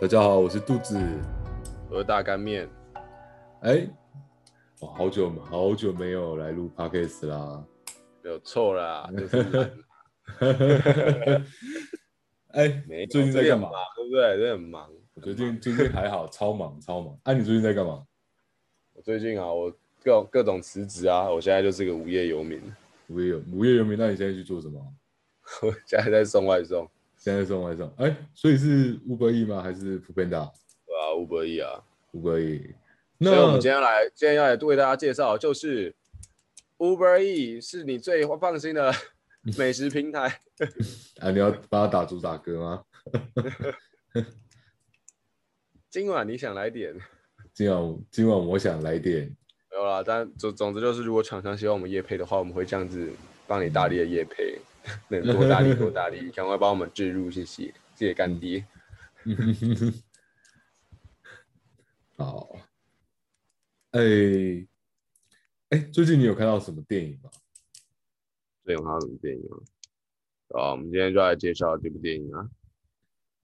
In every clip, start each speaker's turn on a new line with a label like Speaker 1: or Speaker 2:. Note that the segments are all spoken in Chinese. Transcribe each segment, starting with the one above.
Speaker 1: 大家好，我是肚子。
Speaker 2: 我是大干面，
Speaker 1: 哎，我好久好久没有来录 podcast 啦。
Speaker 2: 没有错啦，就是懒
Speaker 1: 哎，
Speaker 2: 哦没有
Speaker 1: 最近在干嘛
Speaker 2: 最近很忙对不对？真的很忙。
Speaker 1: 我最近最近还好，超忙超忙。哎、你最近在干嘛？
Speaker 2: 我最近啊，我各各种辞职啊，我现在就是个无业游民，
Speaker 1: 无业游无业游民，那你现在去做什么？
Speaker 2: 我现在在送外送，
Speaker 1: 现在送外送。哎，所以是 Uber E 吗？还是 f o o p a n d a
Speaker 2: 对啊，五百亿啊。
Speaker 1: Uber E？
Speaker 2: 所以我们
Speaker 1: 那
Speaker 2: 今天来，今天要来为大家介绍就是 Uber E 是你最放心的美食平台。
Speaker 1: 啊，你要帮他打主打歌吗？
Speaker 2: 今晚你想来点？
Speaker 1: 今晚今晚我想来点，
Speaker 2: 没有啦，但总总之就是，如果厂商希望我们夜配的话，我们会这样子帮你大力的夜配， 能多大力多大力，赶快帮我们置入，谢谢，谢谢干爹。
Speaker 1: 好，哎、哎、最近你有看到什么电影吗？
Speaker 2: 最有看到什么电影吗？啊，我们今天就来介绍这部电影啊，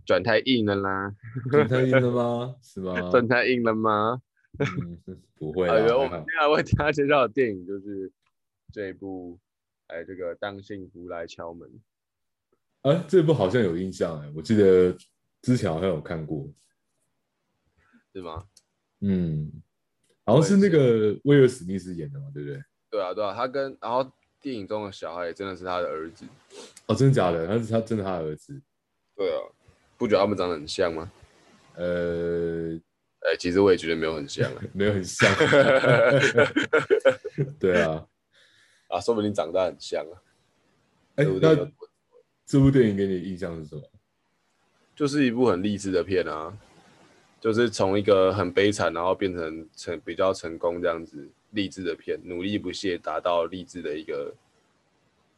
Speaker 2: 转太硬了啦，
Speaker 1: 转太硬了吗？是吗？
Speaker 2: 转太硬了吗？
Speaker 1: 嗯，不会
Speaker 2: 啊，
Speaker 1: 啦，
Speaker 2: 然后我
Speaker 1: 还好
Speaker 2: 们接下来为大家介绍的电影就是这一部，哎，这个《当幸福来敲门》。
Speaker 1: 啊，这部好像有印象哎，我记得之前好像有看过，
Speaker 2: 是吗？
Speaker 1: 嗯，好像是那个威尔史密斯演的嘛，对不对？
Speaker 2: 对啊，对啊，他跟然后电影中的小孩也真的是他的儿子。
Speaker 1: 哦，真的假的？他是他真的他儿子，
Speaker 2: 对啊，不觉得他们长得很像吗？
Speaker 1: 呃，
Speaker 2: 哎，其实我也觉得没有很像啊
Speaker 1: 没有很像，对啊，
Speaker 2: 啊，说不定长大很像啊，
Speaker 1: 哎、
Speaker 2: 对不
Speaker 1: 那
Speaker 2: 对？
Speaker 1: 这部电影给你印象是什么？
Speaker 2: 就是一部很励志的片啊，就是从一个很悲惨，然后变成成比较成功这样子励志的片，努力不懈达到励志的一个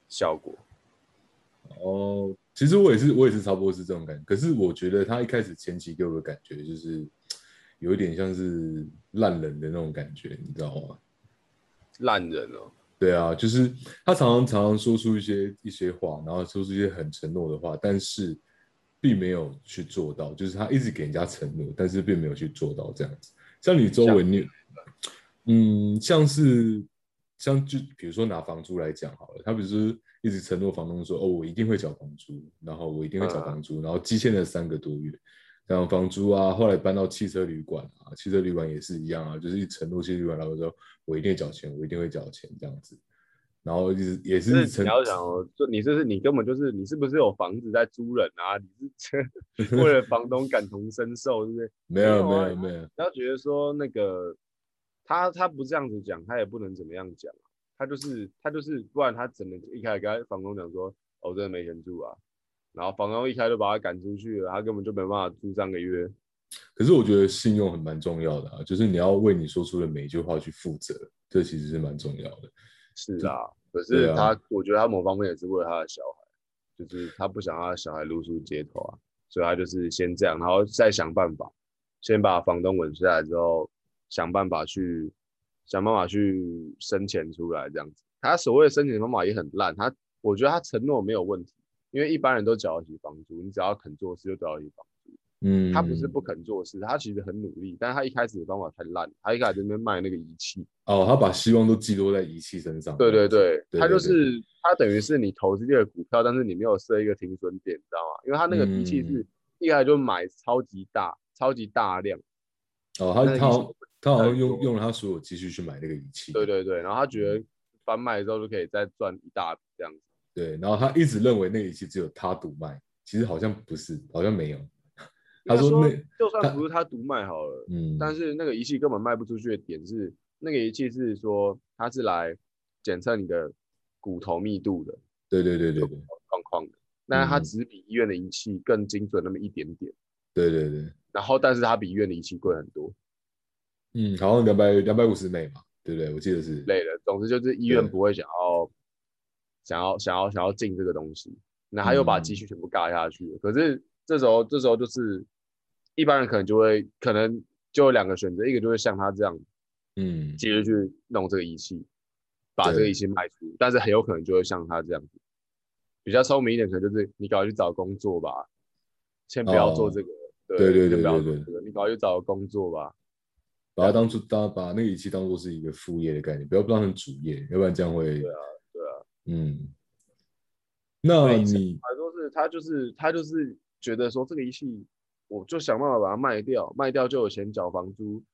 Speaker 2: 效果。
Speaker 1: 哦，其实我也是，我也是差不多是这种感觉。可是我觉得他一开始前期给我的感觉就是有一点像是烂人的那种感觉，你知道吗？
Speaker 2: 烂人哦，
Speaker 1: 对啊，就是他常常常常说出一些一些话，然后说出一些很承诺的话，但是并没有去做到。就是他一直给人家承诺，但是并没有去做到这样子。像你周围
Speaker 2: 像
Speaker 1: 你，嗯，像是像就比如说拿房租来讲好了，他不是一直承诺房东说哦，我一定会缴房租，然后我一定会缴
Speaker 2: 嗯
Speaker 1: 房租，然后积欠了三个多月，然后房租啊，后来搬到汽车旅馆啊，汽车旅馆也是一样啊，就是一承诺汽车旅馆老板说，我一定会缴钱，我一定会缴钱这样子，然后一直也是
Speaker 2: 就
Speaker 1: 一直
Speaker 2: 是
Speaker 1: 承
Speaker 2: 你要想哦，就你就是你根本就是你是不是有房子在租人啊？你是 为了房东感同身受，对不对？
Speaker 1: 没有
Speaker 2: 没
Speaker 1: 没
Speaker 2: 有啊
Speaker 1: 有没有，
Speaker 2: 不要觉得说那个他他不这样子讲，他也不能怎么样讲啊他就是他就是，不然他怎么一开始跟他房东讲说，哦，真的没钱住啊，然后房东一开始就把他赶出去了，他根本就没办法住上个月。
Speaker 1: 可是我觉得信用很蛮重要的啊，就是你要为你说出的每一句话去负责，这其实是蛮重要的。
Speaker 2: 是啊，
Speaker 1: 对
Speaker 2: 可是
Speaker 1: 啊
Speaker 2: 他、我觉得他某方面也是为了他的小孩，就是他不想他的小孩露宿街头啊，所以他就是先这样，然后再想办法，先把房东稳下来之后，想办法去想办法去生钱出来这样子。他所谓的生钱方法也很烂，他我觉得他承诺没有问题，因为一般人都缴得起房租，你只要肯做事就缴得起房租。
Speaker 1: 嗯，
Speaker 2: 他不是不肯做事，他其实很努力，但是他一开始的方法太烂，他一开始在那边卖那个仪器。
Speaker 1: 哦，他把希望都寄托在仪器身上。
Speaker 2: 对对，对，
Speaker 1: 对
Speaker 2: 它
Speaker 1: 对
Speaker 2: 就
Speaker 1: 对
Speaker 2: 是它等于是你投资这个股票，但是你没有设一个停损点，你知道吗？因为它那个仪器是
Speaker 1: 嗯
Speaker 2: 一开始就买超级大、超级大量，
Speaker 1: 哦，他
Speaker 2: 那
Speaker 1: 他
Speaker 2: 个仪
Speaker 1: 好
Speaker 2: 器
Speaker 1: 像他好像
Speaker 2: 很
Speaker 1: 用
Speaker 2: 多
Speaker 1: 用了他所有积蓄去买那个仪器。
Speaker 2: 对对对，然后他觉得翻卖之后就可以再赚一大笔这样子，
Speaker 1: 对，然后他一直认为那个仪器只有他独卖，其实好像不是，好像没有。 他
Speaker 2: 应该
Speaker 1: 说
Speaker 2: 说
Speaker 1: 那
Speaker 2: 就算不是他独卖好了，
Speaker 1: 嗯，
Speaker 2: 但是那个仪器根本卖不出去的点是，那个仪器是说它是来检测你的骨头密度的
Speaker 1: 对对对对对
Speaker 2: 状况的，但是它
Speaker 1: 嗯
Speaker 2: 只比医院的仪器更精准那么一点点，
Speaker 1: 对对对，
Speaker 2: 然后但是它比医院的仪器贵很多。
Speaker 1: 嗯，好像两百两百五十美嘛，对不对？我记得是。
Speaker 2: 类的。总之就是医院
Speaker 1: 对
Speaker 2: 不会想要想要想要想要进这个东西，那他又
Speaker 1: 嗯
Speaker 2: 把积蓄全部尬下去了。可是这时候这时候就是一般人可能就会可能就有两个选择，一个就会像他这样
Speaker 1: 嗯，
Speaker 2: 继续去弄这个仪器，把
Speaker 1: 对
Speaker 2: 这个仪器卖出，但是很有可能就会像他这样子，比较聪明一点可能就是你赶快去找工作吧，先不要做
Speaker 1: 哦
Speaker 2: 这个了。
Speaker 1: 对对
Speaker 2: 就
Speaker 1: 对
Speaker 2: 不要
Speaker 1: 对
Speaker 2: 做这个，你赶快去找个工作吧。
Speaker 1: 把它当做当把那个仪器当做是一个副业的概念，不要当成主业，要不然这样会
Speaker 2: 对啊，对啊。
Speaker 1: 嗯，
Speaker 2: 所
Speaker 1: 那
Speaker 2: 以以前
Speaker 1: 你
Speaker 2: 反正都是他就是他就是觉得说这个仪器，我就想办法把它卖掉，卖掉就有钱缴房租，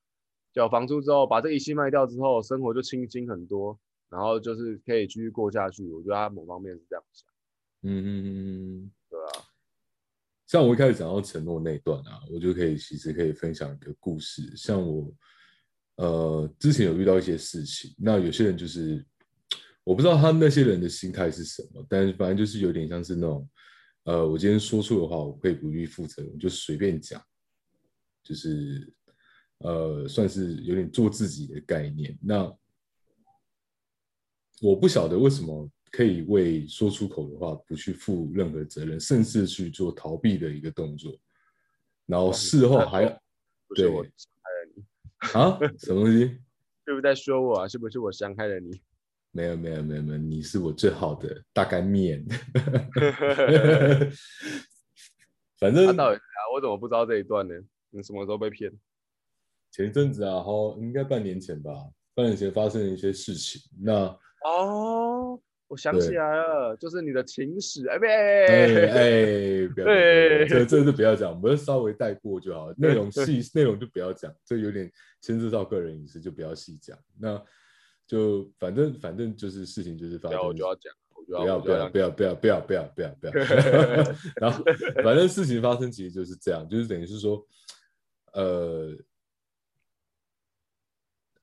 Speaker 2: 缴房租之后把这个仪器卖掉之后，生活就清新很多，然后就是可以继续过下去。我觉得他某方面是这样想，
Speaker 1: 嗯嗯嗯嗯。
Speaker 2: 对啊，
Speaker 1: 像我一开始讲到承诺那一段啊，我就可以其实可以分享一个故事。像我，呃，之前有遇到一些事情，那有些人就是我不知道他那些人的心态是什么，但是反正就是有点像是那种，呃，我今天说错的话，我可以不必负责，我就随便讲，就是呃，算是有点做自己的概念。那我不晓得为什么可以为说出口的话不去负任何责任，甚至去做逃避的一个动作，然
Speaker 2: 哦
Speaker 1: 后事后还
Speaker 2: 不是我
Speaker 1: 对啊什么东西？
Speaker 2: 是不是在说我啊？是不是我伤害了你？
Speaker 1: 没有没有没有没有，你是我最好的大干 面。 反
Speaker 2: 他
Speaker 1: 正
Speaker 2: 啊到底是啊？我怎么不知道这一段呢？你什么时候被骗？
Speaker 1: 前一阵子啊，好应该半年前吧，半年前发生了一些事情。那
Speaker 2: 哦，我想起
Speaker 1: 对
Speaker 2: 来了，就是你的情史，哎
Speaker 1: 哎哎，
Speaker 2: 呗，
Speaker 1: 不要讲
Speaker 2: 对
Speaker 1: 这这是不要讲，我们稍微带过就好。内容细内容就不要讲，这有点牵涉到个人隐私，就不要细讲。那就反正反正就是事情就是发
Speaker 2: 然
Speaker 1: 生，
Speaker 2: 后我就要讲，我就
Speaker 1: 不要
Speaker 2: 要，我
Speaker 1: 不
Speaker 2: 就
Speaker 1: 要
Speaker 2: 讲
Speaker 1: 不要不要不要不要不要不 要。 然后反正事情发生其实就是这样，就是等于是说，呃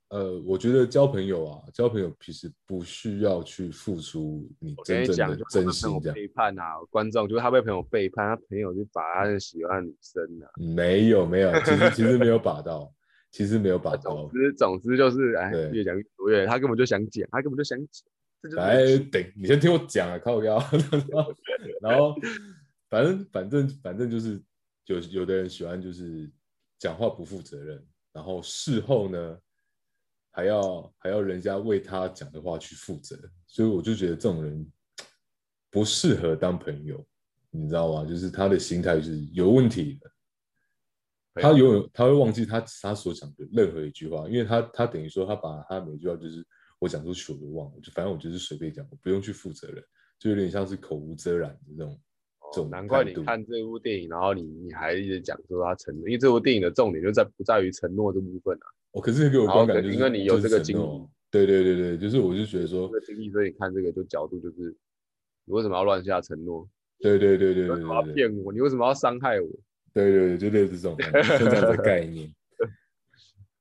Speaker 1: 呃，我觉得交朋友啊，交朋友其实不需要去付出你
Speaker 2: 我跟
Speaker 1: 真
Speaker 2: 你
Speaker 1: 正
Speaker 2: 讲，
Speaker 1: 的
Speaker 2: 就是他
Speaker 1: 真
Speaker 2: 被
Speaker 1: 心
Speaker 2: 朋友
Speaker 1: 这样。
Speaker 2: 背叛啊，观众就是他被朋友背叛，他朋友就把他的喜欢的女生啊，
Speaker 1: 没有没有，其实其实没有把到，其实没 有把
Speaker 2: 总
Speaker 1: 到。
Speaker 2: 之总之就是，哎，
Speaker 1: 哦对
Speaker 2: 越讲越多越，他根本就想讲，他根本就想讲，这就是
Speaker 1: 来，等你先听我讲啊，靠腰。 然后反正反正反正就是有有的人喜欢就是讲话不负责任，然后事后呢还要还要人家为他讲的话去负责，所以我就觉得这种人不适合当朋友，你知道吗？就是他的心态是有问题的。
Speaker 2: 朋
Speaker 1: 他
Speaker 2: 友
Speaker 1: 永远他会忘记他他所讲的任何一句话，因为他他等于说他把他每一句话就是我讲出去我就忘了，就反正我就是随便讲，我不用去负责任，就有点像是口无遮拦的这种这
Speaker 2: 哦
Speaker 1: 种
Speaker 2: 难怪你
Speaker 1: 态度
Speaker 2: 看这部电影，然后你你还一直讲说他承诺，因为这部电影的重点就在不在于承诺这部分啊，
Speaker 1: 哦，可是给我
Speaker 2: 然
Speaker 1: 观
Speaker 2: 后
Speaker 1: 感
Speaker 2: 可
Speaker 1: 就是
Speaker 2: 因为你有
Speaker 1: 就是
Speaker 2: 这个
Speaker 1: 承
Speaker 2: 经
Speaker 1: 诺
Speaker 2: 历
Speaker 1: 对对对对，就是我就觉得说
Speaker 2: 这，个经历，所以你看这个就角度就是，你为什么要乱下承诺？
Speaker 1: 对对对对
Speaker 2: 你
Speaker 1: 对
Speaker 2: 为
Speaker 1: 对
Speaker 2: 什么要
Speaker 1: 对
Speaker 2: 骗我？你为什么要伤害我？
Speaker 1: 对对对，就类似这种感觉，就这样子的概念。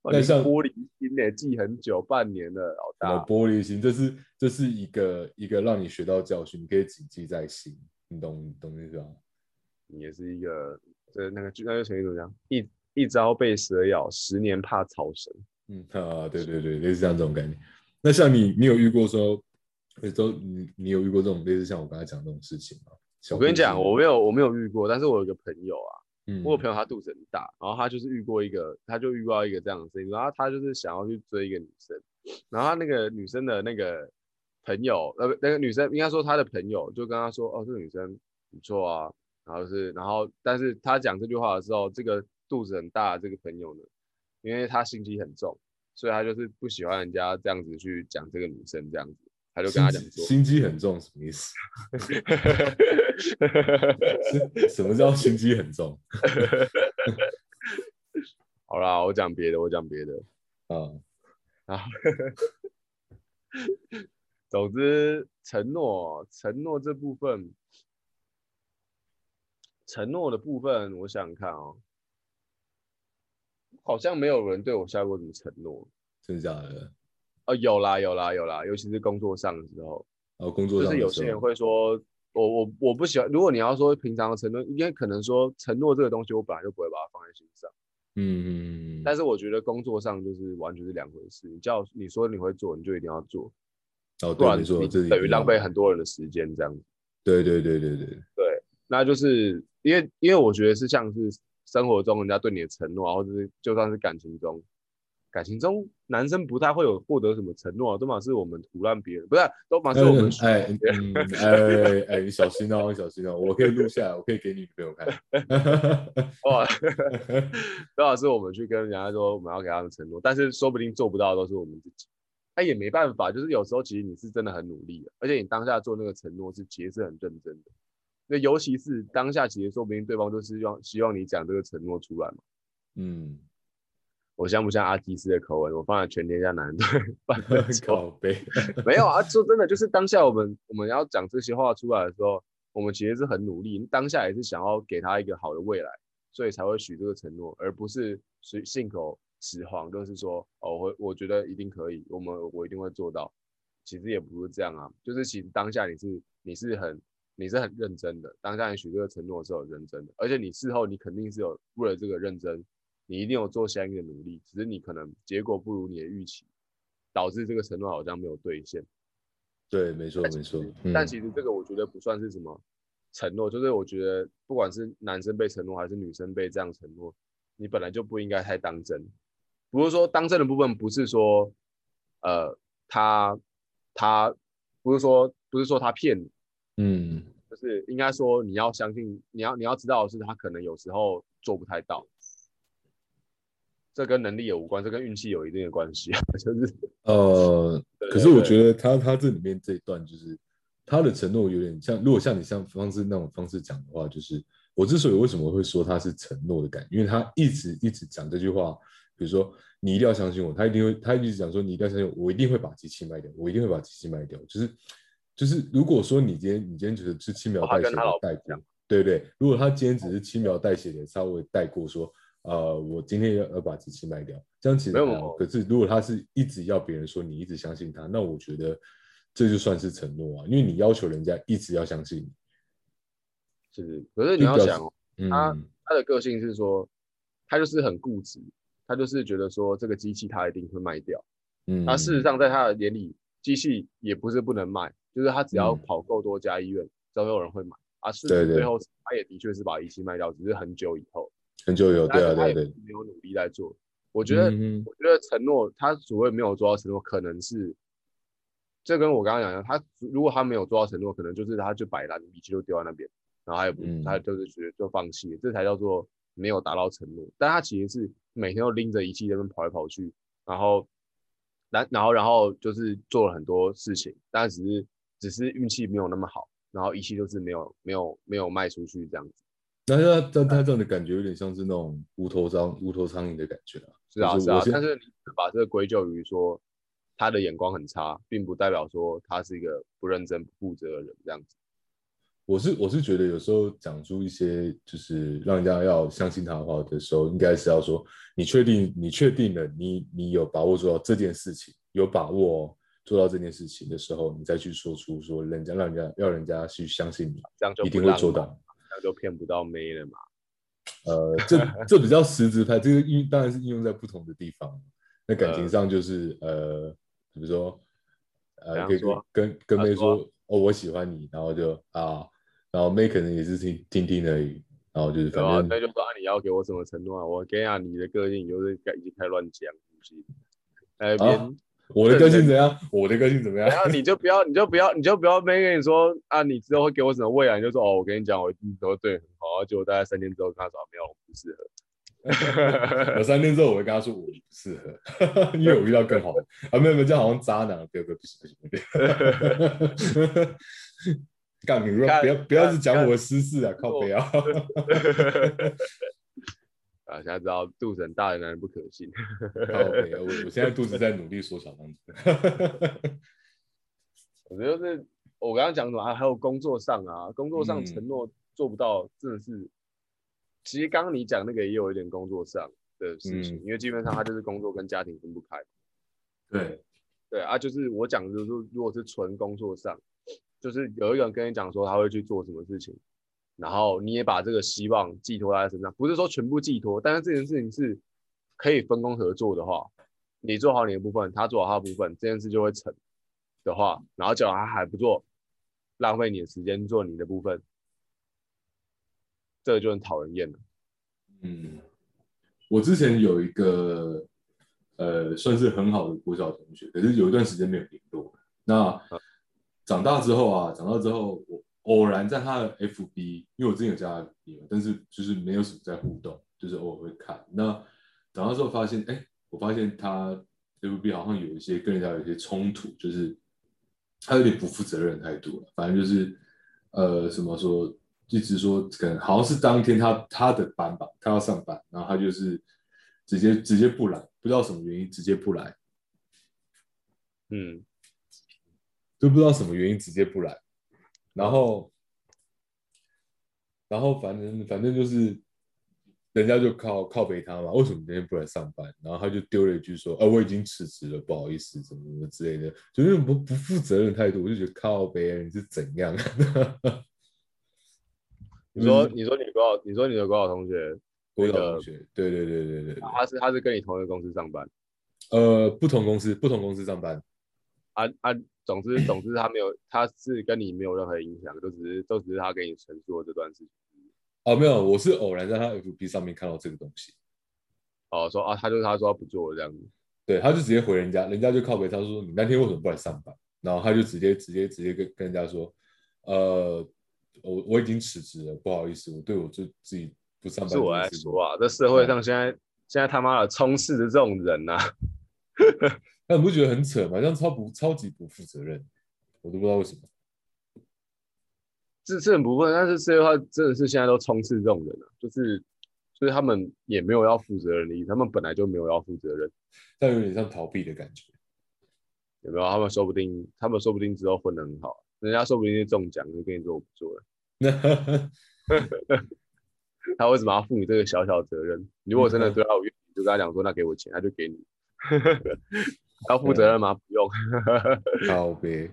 Speaker 2: 哇
Speaker 1: 那
Speaker 2: 你
Speaker 1: 像
Speaker 2: 玻璃心呢，记很久，半年了，老
Speaker 1: 什么
Speaker 2: 大。
Speaker 1: 玻璃心，这是这是一个一个让你学到教训，你可以谨记在心，你懂你懂那个吗？
Speaker 2: 你也是一个，这那个那个成语怎么样？一一朝被蛇咬，十年怕草绳。
Speaker 1: 嗯啊，对对对，类似像这种概念。那像你，你有遇过说，呃都你你有遇过这种类似像我刚才讲的这种事情吗？小
Speaker 2: 我跟你
Speaker 1: 故事
Speaker 2: 讲，我没有我没有遇过，但是我有一个朋友啊，
Speaker 1: 嗯，
Speaker 2: 我有朋友他肚子很大，然后他就是遇过一个，他就遇到一个这样的事情，然后他就是想要去追一个女生，然后他那个女生的那个朋友，呃，不那个女生应该说他的朋友就跟他说，哦，这个女生不错啊，然后是，然后但是他讲这句话的时候，这个肚子很大的这个朋友呢，因为他心机很重，所以他就是不喜欢人家这样子去讲这个女生这样子，他就跟他讲
Speaker 1: 心机
Speaker 2: 说，
Speaker 1: 心机很重什么意思？是什么叫心机很重
Speaker 2: 好啦，我讲别的，我讲别的。
Speaker 1: 啊？
Speaker 2: 总之，承诺，承诺这部分，承诺的部分，我想想看哦，好像没有人对我下过什么承诺。
Speaker 1: 真的假的？
Speaker 2: 哦，有啦，有啦，有啦，尤其是工作上的时候，
Speaker 1: 然后工作
Speaker 2: 就
Speaker 1: 上
Speaker 2: 是
Speaker 1: 的
Speaker 2: 有
Speaker 1: 时
Speaker 2: 些人
Speaker 1: 候
Speaker 2: 会说，我我我不喜欢。如果你要说平常的承诺，应该可能说承诺这个东西，我本来就不会把它放在心上。
Speaker 1: 嗯嗯嗯，
Speaker 2: 但是我觉得工作上就是完全是两回事。你叫你说你会做，你就一定要做，
Speaker 1: 哦
Speaker 2: 不
Speaker 1: 对，
Speaker 2: 然
Speaker 1: 没错，
Speaker 2: 你
Speaker 1: 这是一
Speaker 2: 等于
Speaker 1: 定
Speaker 2: 浪
Speaker 1: 要
Speaker 2: 费
Speaker 1: 的
Speaker 2: 很多人的时间这样子。
Speaker 1: 对对对对对，
Speaker 2: 那就是因为因为我觉得是像是生活中人家对你的承诺啊，或者是就算是感情中，感情中男生不太会有获得什么承诺、啊，都嘛是我们胡乱别人，不是、啊，都嘛是我们
Speaker 1: 哎嗯哎哎，你小心哦，你小心哦，我可以录下来，我可以给你女朋友看。
Speaker 2: 哇，哦 都嘛是我们去跟人家说我们要给他们承诺，但是说不定做不到都是我们自己。那也没办法，就是有时候其实你是真的很努力的，而且你当下做那个承诺是其实是很认真的。那尤其是当下，其实说不定对方就是要希望你讲这个承诺出来嘛。
Speaker 1: 嗯，
Speaker 2: 我像不像阿基斯的口吻？我放在全天下男人 对
Speaker 1: 靠背，
Speaker 2: 没有啊，说真的，就是当下我们我们要讲这些话出来的时候，我们其实是很努力，当下也是想要给他一个好的未来，所以才会许这个承诺，而不是随信口雌黄，就是说哦，我我觉得一定可以，我们我一定会做到。其实也不是这样啊，就是其实当下你是你是很你是很认真的，当下你许这个承诺是有认真的，而且你事后你肯定是有为了这个认真，你一定有做相应的努力，只是你可能结果不如你的预期，导致这个承诺好像没有兑现。
Speaker 1: 对，没错没错。嗯
Speaker 2: 但其实这个我觉得不算是什么承诺，就是我觉得不管是男生被承诺还是女生被这样承诺，你本来就不应该太当真。不是说当真的部分，不是说呃他他不是说不是说他骗你，
Speaker 1: 嗯
Speaker 2: 就是应该说你要相信，你要你要知道的是他可能有时候做不太到。这跟能力也无关，这跟运气有一定的关系啊， 就是
Speaker 1: 呃，
Speaker 2: 对
Speaker 1: 可是我
Speaker 2: 对
Speaker 1: 觉得他他这里面这一段就是他的承诺有点像，如果像你像方式那种方式讲的话，就是我之所以为什么会说他是承诺的感觉，因为他一直一直讲这句话，比如说你一定要相信我，他一定会，他一直讲说你一定要相信我，我一定会把机器卖掉，我一定会把机器卖掉，就是就是如果说你今天你今天觉得是轻描
Speaker 2: 哦他
Speaker 1: 淡写
Speaker 2: 跟他
Speaker 1: 的
Speaker 2: 老婆
Speaker 1: 带过
Speaker 2: 讲，
Speaker 1: 对对，如果他今天只是轻描淡写的稍微带过说。呃，我今天要要把机器卖掉，这样其实
Speaker 2: 没有
Speaker 1: 还好
Speaker 2: 没有
Speaker 1: 可是如果他是一直要别人说你一直相信他，那我觉得这就算是承诺啊，因为你要求人家一直要相信你。
Speaker 2: 是，可是你要
Speaker 1: 就表示
Speaker 2: 想哦，
Speaker 1: 嗯，
Speaker 2: 他他的个性是说，他就是很固执，他就是觉得说这个机器他一定会卖掉。
Speaker 1: 嗯，
Speaker 2: 那事实上，在他的眼里，机器也不是不能卖，就是他只要
Speaker 1: 嗯
Speaker 2: 跑够多家医院，总有人会买。啊，事
Speaker 1: 对
Speaker 2: 实
Speaker 1: 对
Speaker 2: 最后他也的确是把仪器卖掉，只是很久以后。
Speaker 1: 很久有，
Speaker 2: 但
Speaker 1: 对啊，
Speaker 2: 是他
Speaker 1: 对啊，
Speaker 2: 也
Speaker 1: 对
Speaker 2: 不
Speaker 1: 啊
Speaker 2: 是，没有努力在做。我觉得，
Speaker 1: 嗯
Speaker 2: 我觉得承诺，他所谓没有做到承诺，可能是这跟我刚刚讲的，他如果他没有做到承诺，可能就是他就摆烂，仪器就丢在那边，然后他也不，
Speaker 1: 嗯
Speaker 2: 他就是觉得就放弃了，这才叫做没有达到承诺。但他其实是每天都拎着仪器在那边跑来跑去，然后，然然后然后就是做了很多事情，但只是只是运气没有那么好，然后仪器就是没有没有没有卖出去这样子。
Speaker 1: 那他他他这样的感觉有点像是那种无头苍无头苍蝇的感觉啊。
Speaker 2: 是啊，
Speaker 1: 就是
Speaker 2: 啊
Speaker 1: 我，先
Speaker 2: 但是你把这个归咎于说他的眼光很差，并不代表说他是一个不认真、不负责的人这样子。
Speaker 1: 我是我是觉得有时候讲出一些就是让人家要相信他的话的时候，应该是要说你确定你确定了你你有把握做到这件事情，有把握、哦、做到这件事情的时候，你再去说出说人家让人家要人家去相信你
Speaker 2: 这样就
Speaker 1: 一定
Speaker 2: 不
Speaker 1: 会
Speaker 2: 浪
Speaker 1: 做
Speaker 2: 漫
Speaker 1: 到。
Speaker 2: 这样就骗不到妹了嘛。
Speaker 1: 呃，这这比较实质派，这个应当然是应用在不同的地方。那感情
Speaker 2: 呃
Speaker 1: 上就是呃，比如说
Speaker 2: 怎
Speaker 1: 呃，
Speaker 2: 样
Speaker 1: 可以跟
Speaker 2: 说
Speaker 1: 跟跟
Speaker 2: 啊
Speaker 1: 妹
Speaker 2: 说
Speaker 1: 说哦，我喜欢你，然后就啊，然后妹可能也是听听听而已，然后就是
Speaker 2: 对啊，
Speaker 1: 反
Speaker 2: 那
Speaker 1: 正
Speaker 2: 就说啊，你要给我什么承诺啊？我跟你讲，你的个性就是开已经开始乱讲东西，在那边，
Speaker 1: 啊我的
Speaker 2: 这
Speaker 1: 个
Speaker 2: 人
Speaker 1: 性怎样，我的个性怎 么样
Speaker 2: 然，后你就不要，你就不要，你就不要妹跟你说啊，你之后会给我什么未来？你就说哦，我跟你讲，我一定都会对你很好。然后结果大概三天之后跟他说啊没有，我不适合。
Speaker 1: 我三天之后我会跟他说我不适合， 因为我遇到更好的啊，没有没有，这样好像渣男，不要不要不行不行不行。 干你不要
Speaker 2: 看
Speaker 1: 不要不要
Speaker 2: 看
Speaker 1: 是讲
Speaker 2: 看
Speaker 1: 我的私事啊，靠背啊！
Speaker 2: 啊，现在知道杜神大人男人不可信。
Speaker 1: 靠北我我现在肚子在努力缩小当中。
Speaker 2: 我觉得是我刚刚讲什么、啊，还有工作上啊，工作上
Speaker 1: 嗯
Speaker 2: 承诺做不到，真的是。其实刚刚你讲那个也有一点工作上的事情，
Speaker 1: 嗯
Speaker 2: 因为基本上他就是工作跟家庭分不开。
Speaker 1: 对，
Speaker 2: 对啊，就是我讲的就是说，如果是纯工作上，就是有一个人跟你讲说他会去做什么事情，然后你也把这个希望寄托在他身上，不是说全部寄托，但是这件事情是可以分工合作的话，你做好你的部分，他做好他的部分，这件事就会成的话，然后假如他还不做，浪费你的时间做你的部分，这个就很讨人厌了。
Speaker 1: 嗯，我之前有一个呃算是很好的国小同学，可是有一段时间没有联络。那长大之后啊，长大之后我偶然在他的 FB，因为我之前有加他 FB 嘛，但是就是没有什么在互动，就是偶尔会看。那长大之后发现，哎，我发现他 FB 好像有一些跟人家有一些冲突，就是他有点不负责任的态度了。反正就是呃，什么说，一直说可能好像是当天他他的班吧，他要上班，然后他就是直接直接不来，不知道什么原因直接不来，
Speaker 2: 嗯，
Speaker 1: 就不知道什么原因直接不来，然后，然后反正反正就是，人家就靠靠北他嘛，为什么今天不来上班？然后他就丢了一句说，啊，我已经辞职了，不好意思，怎么怎么之类的，就是不不负责任的态度，我就觉得靠北啊你是怎样？啊
Speaker 2: 你说
Speaker 1: 嗯
Speaker 2: 你说你国小，你说你的国小同学，
Speaker 1: 国小同学，对对对对对对，
Speaker 2: 他是他是跟你同一个公司上班，
Speaker 1: 呃，不同公司不同公司上班，
Speaker 2: 啊啊，总之总之他没有，他是跟你没有任何影响，就只是就只是他给你陈述了这段事情，
Speaker 1: 哦，没有，我是偶然在他 FB 上面看到这个东西。
Speaker 2: 哦，说啊，他就是他说他不做了这样子，
Speaker 1: 对，他就直接回人家，人家就靠北，他说你那天为什么不来上班？然后他就直接直接直接跟跟人家说，呃，我我已经辞职了，不好意思，我对我自自己不上
Speaker 2: 不
Speaker 1: 班
Speaker 2: 是我
Speaker 1: 这
Speaker 2: 来
Speaker 1: 件事
Speaker 2: 说啊，这社会上现在现在他妈的充斥着这种人呐、
Speaker 1: 那你不觉得很扯吗？这样超不超级不负责任，我都不知道为什么。
Speaker 2: 这是很不忿，但是社会上真的是现在都充斥这种人啊，就是就是他们也没有要负责任的意思，他们本来就没有要负责任，
Speaker 1: 但有点像逃避的感觉。
Speaker 2: 有没有？他们说不定他们说不定之后混得很好，人家说不定是中奖就跟你说我不做了，
Speaker 1: 那
Speaker 2: 他为什么要负你这个小小责任？你如果真的嗯对他有怨气，就跟他讲说那给我钱，他就给 你，要负责任吗？不用，
Speaker 1: 靠北，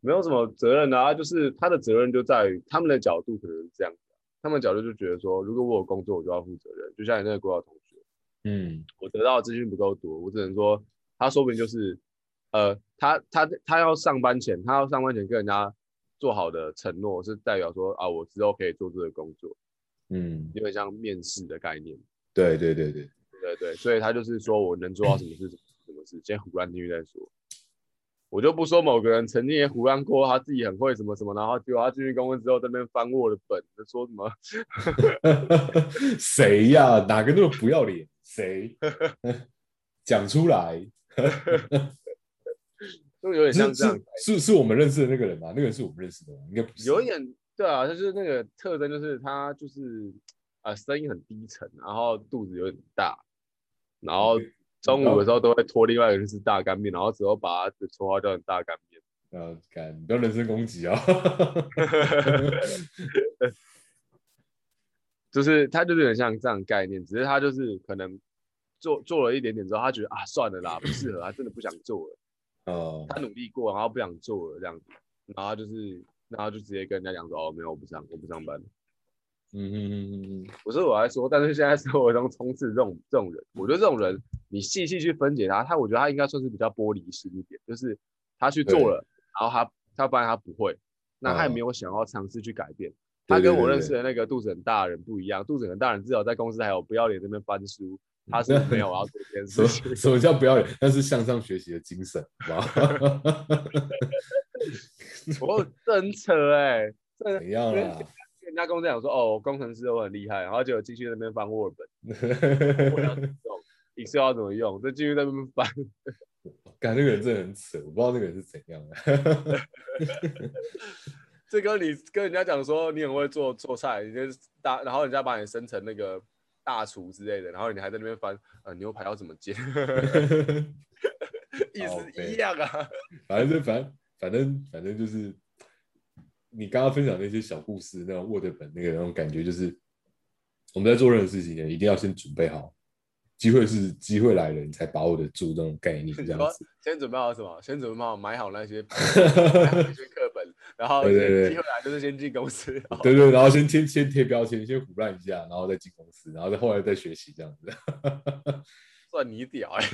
Speaker 2: 没有什么责任啊，就是他的责任就在于他们的角度可能是这样子啊、他们的角度就觉得说，如果我有工作，我就要负责任，就像你那个国小同学。
Speaker 1: 嗯
Speaker 2: 我得到的资讯不够多，我只能说，他说不定就是，呃，他他他要上班前，他要上班前跟人家做好的承诺，是代表说啊，我之后可以做这个工作，
Speaker 1: 嗯，
Speaker 2: 有点像面试的概念，
Speaker 1: 对对对对，
Speaker 2: 对对对，所以他就是说我能做到什么事，什么事，先胡乱进去再说。我就不说某个人曾经也胡乱过，他自己很会什么什么，然后结果他进去公司之后，在那边翻我的本，说什么
Speaker 1: 谁呀、哪个那么不要脸？谁？ 讲出来。
Speaker 2: 就有点像
Speaker 1: 是
Speaker 2: 这样
Speaker 1: 是是是我们认识的那个人吗？那个人是我们认识的吗？应该不是。
Speaker 2: 有一点对啊，就是那个特征就是他就是啊、呃声音很低沉，然后肚子有点大，然后中午的时候都会拖另外一个人去吃大干面，然后只后把他的绰号叫成大干面。
Speaker 1: 呃，干，不要人身攻击啊！
Speaker 2: 就是他就是有点像这样的概念，只是他就是可能做做了一点点之后，他觉得啊算了啦，不适合，他真的不想做了，
Speaker 1: 呃，
Speaker 2: 他努力过，然后不想做了这样子，然后他就是然后就直接跟人家讲说哦没有我不上我不上班了，
Speaker 1: 嗯嗯嗯嗯嗯，
Speaker 2: 不是我来说，但是现在生活中充斥这种这种人，我觉得这种人，你细细去分解他，他我觉得他应该算是比较玻璃心一点，就是他去做了，然后他他发现他不会，那他
Speaker 1: 嗯
Speaker 2: 也没有想要尝试去改变。
Speaker 1: 对
Speaker 2: 他
Speaker 1: 对
Speaker 2: 跟我
Speaker 1: 对
Speaker 2: 认
Speaker 1: 对
Speaker 2: 识的那个肚子很大的人不一样，肚子很大的人至少在公司还有不要脸这边翻书，
Speaker 1: 嗯
Speaker 2: 他是没 有要做这件
Speaker 1: 什
Speaker 2: 事
Speaker 1: 么
Speaker 2: 情。
Speaker 1: 什么叫不要脸？那是向上学习的精神，好不好？
Speaker 2: 我这很扯哎、
Speaker 1: 怎样啊啦？
Speaker 2: 人家公司讲说哦，工程师我很厉害，然后结果进去那边翻 Word 本，我要怎么用，Excel 要怎么用，再继续在那边翻。
Speaker 1: 干，那个人真的很扯，我不知道那个人是怎样啊的。
Speaker 2: 这跟你跟人家讲说你很会做做菜，你就是大，然后人家把你升成那个大厨之类的，然后你还在那边翻呃牛排要怎么煎， 意
Speaker 1: 靠
Speaker 2: 思
Speaker 1: 背
Speaker 2: 一样啊。
Speaker 1: 反正就反正反正反正就是，你刚刚分享那些小故事，那种 Word 本那个那种感觉，就是我们在做任何事情前，一定要先准备好，机会是机会来了，你才把握得住那种概念，这
Speaker 2: 你
Speaker 1: 样
Speaker 2: 说
Speaker 1: 子。
Speaker 2: 先准备好什么？先准备好买好 那些买好那些课本，然后
Speaker 1: 对对对
Speaker 2: 机会来就是先进公司，哦然后
Speaker 1: 对对，然后先贴先贴标签，先胡乱一下，然后再进公司，然后再后来再学习这样 子。
Speaker 2: 算你屌哎、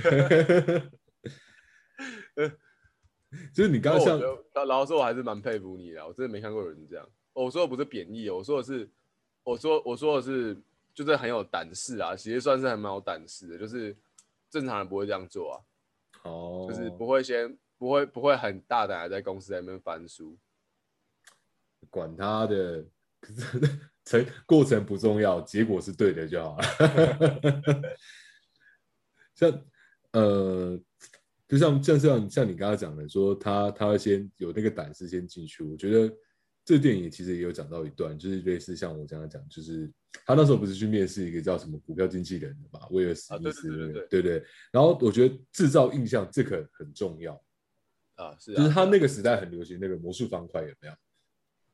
Speaker 1: 就是你刚刚
Speaker 2: 然后我
Speaker 1: 像
Speaker 2: 觉得，然后然后说我还是蛮佩服你的啊，我真的没看过有人这样。我说的不是贬义哦，我说的是，我说我说的是，就是很有胆识啊，其实算是还蛮有胆识的，就是正常人不会这样做啊，
Speaker 1: 哦，
Speaker 2: 就是不会先不会不会很大胆的在公司在那边翻书，
Speaker 1: 管他的，可是成过程不重要，结果是对的就好了。 像呃，就像像像像你刚刚讲的说，他他会先有那个胆识先进去，我觉得。这电影其实也有讲到一段，就是类似像我刚刚讲，就是他那时候不是去面试一个叫什么股票经纪人的嘛，威尔史
Speaker 2: 啊
Speaker 1: 密
Speaker 2: 对
Speaker 1: 斯那
Speaker 2: 对对
Speaker 1: 个，
Speaker 2: 对
Speaker 1: 对对。然后我觉得制造印象这个很重要，
Speaker 2: 啊，是啊，
Speaker 1: 就是他那个时代很流行那个魔术方块，有没有？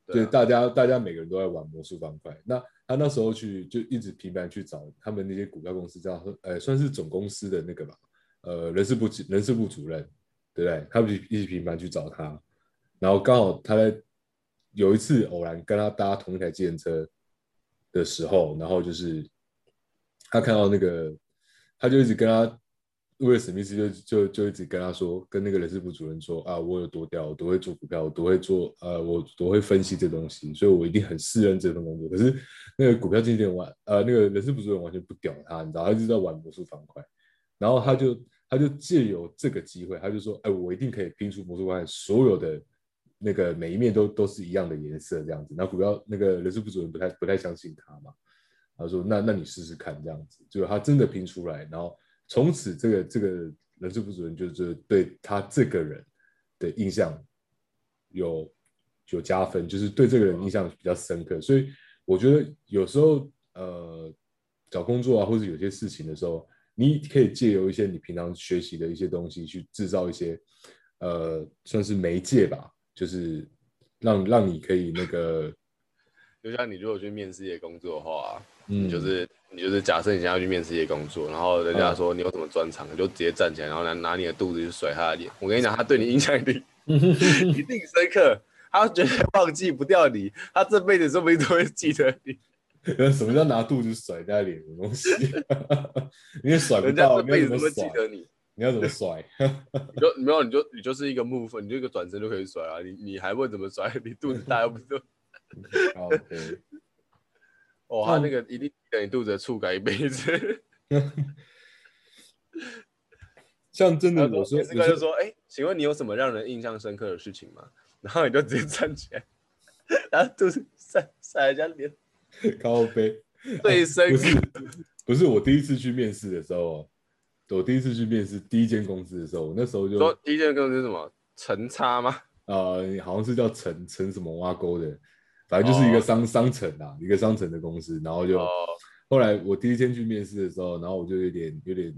Speaker 2: 对
Speaker 1: 对，
Speaker 2: 啊
Speaker 1: 大家大家每个人都在玩魔术方块。那他那时候去就一直频繁去找他们那些股票公司，叫呃算是总公司的那个吧，呃人事部人事部主任，对不对？他们一直频繁去找他，然后刚好他在有一次偶然跟他搭同一台计程车的时候，然后就是他看到那个，他就一直跟他。威尔史密斯就就就一直跟他说，跟那个人事部主任说啊，我有多屌，我多会做股票，我多会做呃，我多会分析这东西，所以我一定很适任这份工作。可是那个股票经纪人完呃，那个人事部主任完全不屌他，你知道，他一直在玩魔术方块。然后他就他就借由这个机会，他就说，哎，我一定可以拼出魔术方块所有的那个每一面都都是一样的颜色这样子。那股票那个人事部主任不太不太相信他嘛，他说那那你试试看这样子，就是他真的拼出来，然后从此这个这个人事部主任就就对他这个人的印象有有加分，就是对这个人印象比较深刻，所以我觉得有时候呃找工作啊，或者有些事情的时候，你可以借由一些你平常学习的一些东西去制造一些呃算是媒介吧，就是让让你可以那个
Speaker 2: 就像你如果去面试一些工作的话啊，
Speaker 1: 嗯
Speaker 2: 你就是你就是假设你现在要去面试一些工作，然后人
Speaker 1: 嗯
Speaker 2: 家说你有什么专长，你就直接站起来，然后拿拿你的肚子去甩他的脸。我跟你讲，他对你印象 一定一定深刻，他绝对忘记不掉你，他这辈子说不定都会记得你。
Speaker 1: 什么叫拿肚子甩在脸什么东西， 你也甩不
Speaker 2: 人家
Speaker 1: 到，
Speaker 2: 这
Speaker 1: 你要
Speaker 2: 辈
Speaker 1: 怎
Speaker 2: 子
Speaker 1: 么
Speaker 2: 都会记
Speaker 1: 甩？
Speaker 2: 得你。
Speaker 1: 你要怎么甩？
Speaker 2: 你就没有，你就你就是一个 move，你就一个转身就可以甩啊，你你还问怎么甩？你肚子大又不是？
Speaker 1: 好，OK。嗯
Speaker 2: 哦，他那个一定记得你肚子的触感一辈子。
Speaker 1: 像真的
Speaker 2: 然
Speaker 1: 有
Speaker 2: 后
Speaker 1: 时候
Speaker 2: 面试官就说：“哎、请问你有什么让人印象深刻的事情吗？”然后你就直接站起来， 然后肚子晒晒人家脸，
Speaker 1: 有时候高飞。
Speaker 2: 最深
Speaker 1: 不是
Speaker 2: 刻。
Speaker 1: 不是，我第一次去面试的时候，我第一次去面试第一间公司的时候，我那时候就
Speaker 2: 说第一件工作是什么？陈差吗？
Speaker 1: 呃，好像是叫陈陈什么挖沟的，反正就是一个
Speaker 2: 哦
Speaker 1: 商、商城啊，一个商城的公司。然后就、
Speaker 2: 哦，
Speaker 1: 后来我第一天去面试的时候，然后我就有点有点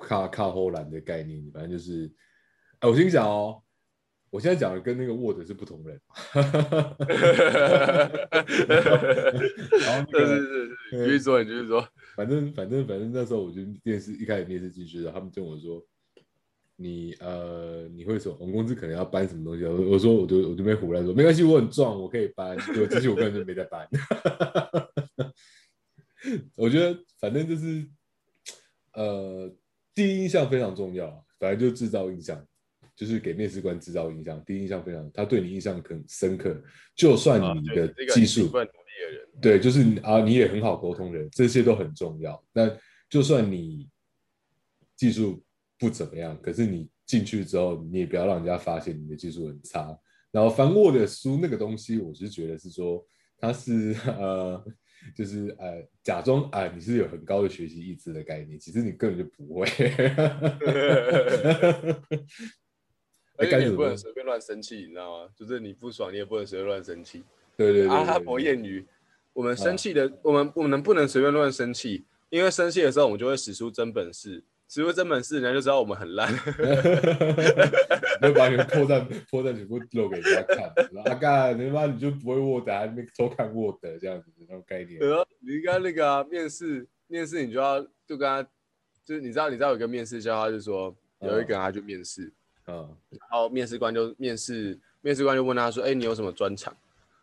Speaker 1: 卡卡后栏的概念，反正就是，哎、我先讲哦，我现在讲的跟那个 Word 是不同人， 然后那个
Speaker 2: 是是是，继续说，你继续说。
Speaker 1: 反正反正反正那时候我就面试一开始面试进去的，他们跟我说，你呃你会什么？我们公司可能要搬什么东西啊？我我说我就我就被胡乱说，没关系，我很壮，我可以搬。对，其实我根本就没在搬。 我觉得反正就是呃第一印象非常重要，啊反正就制造印象。就是给面试官制造印象，第一印象非常，他对你印象很深刻。就算
Speaker 2: 啊
Speaker 1: 嗯你
Speaker 2: 就
Speaker 1: 的
Speaker 2: 是一个
Speaker 1: 技术
Speaker 2: 勤奋努力的人，
Speaker 1: 对，就是你啊，你也很好沟通的人，这些都很重要。那就算你技术不怎么样，可是你进去之后，你也不要让人家发现你的技术很差。然后翻沃的书那个东西，我是觉得是说，它是呃，就是呃，假装啊、你是有很高的学习意志的概念，其实你根本就不会。
Speaker 2: 而且
Speaker 1: 哎该
Speaker 2: 你也
Speaker 1: 怎么
Speaker 2: 不能
Speaker 1: 办
Speaker 2: 随便乱生气，你知道吗？就是你不爽，你也不能随便乱生气。
Speaker 1: 对对对对
Speaker 2: 阿拉
Speaker 1: 对啊
Speaker 2: 伯谚语，我们生气的，我们我们不能随便乱生气，因为生气的时候我们就会使出真本事，使出真本事，人家就知道我们 很烂。
Speaker 1: 就把你们破绽破绽全部露给人家看，然后啊干你妈你就不会 Word，还没偷看 Word 这样子的那种概念。
Speaker 2: 然后你应该那个啊、面试，面试你就要就跟他，就是你知道你知道有一个面试叫他就说
Speaker 1: 啊
Speaker 2: 有一个人他去面试，
Speaker 1: 嗯，
Speaker 2: 然后面试官就面试面试官就问他说，哎、你有什么专长？
Speaker 1: 嗯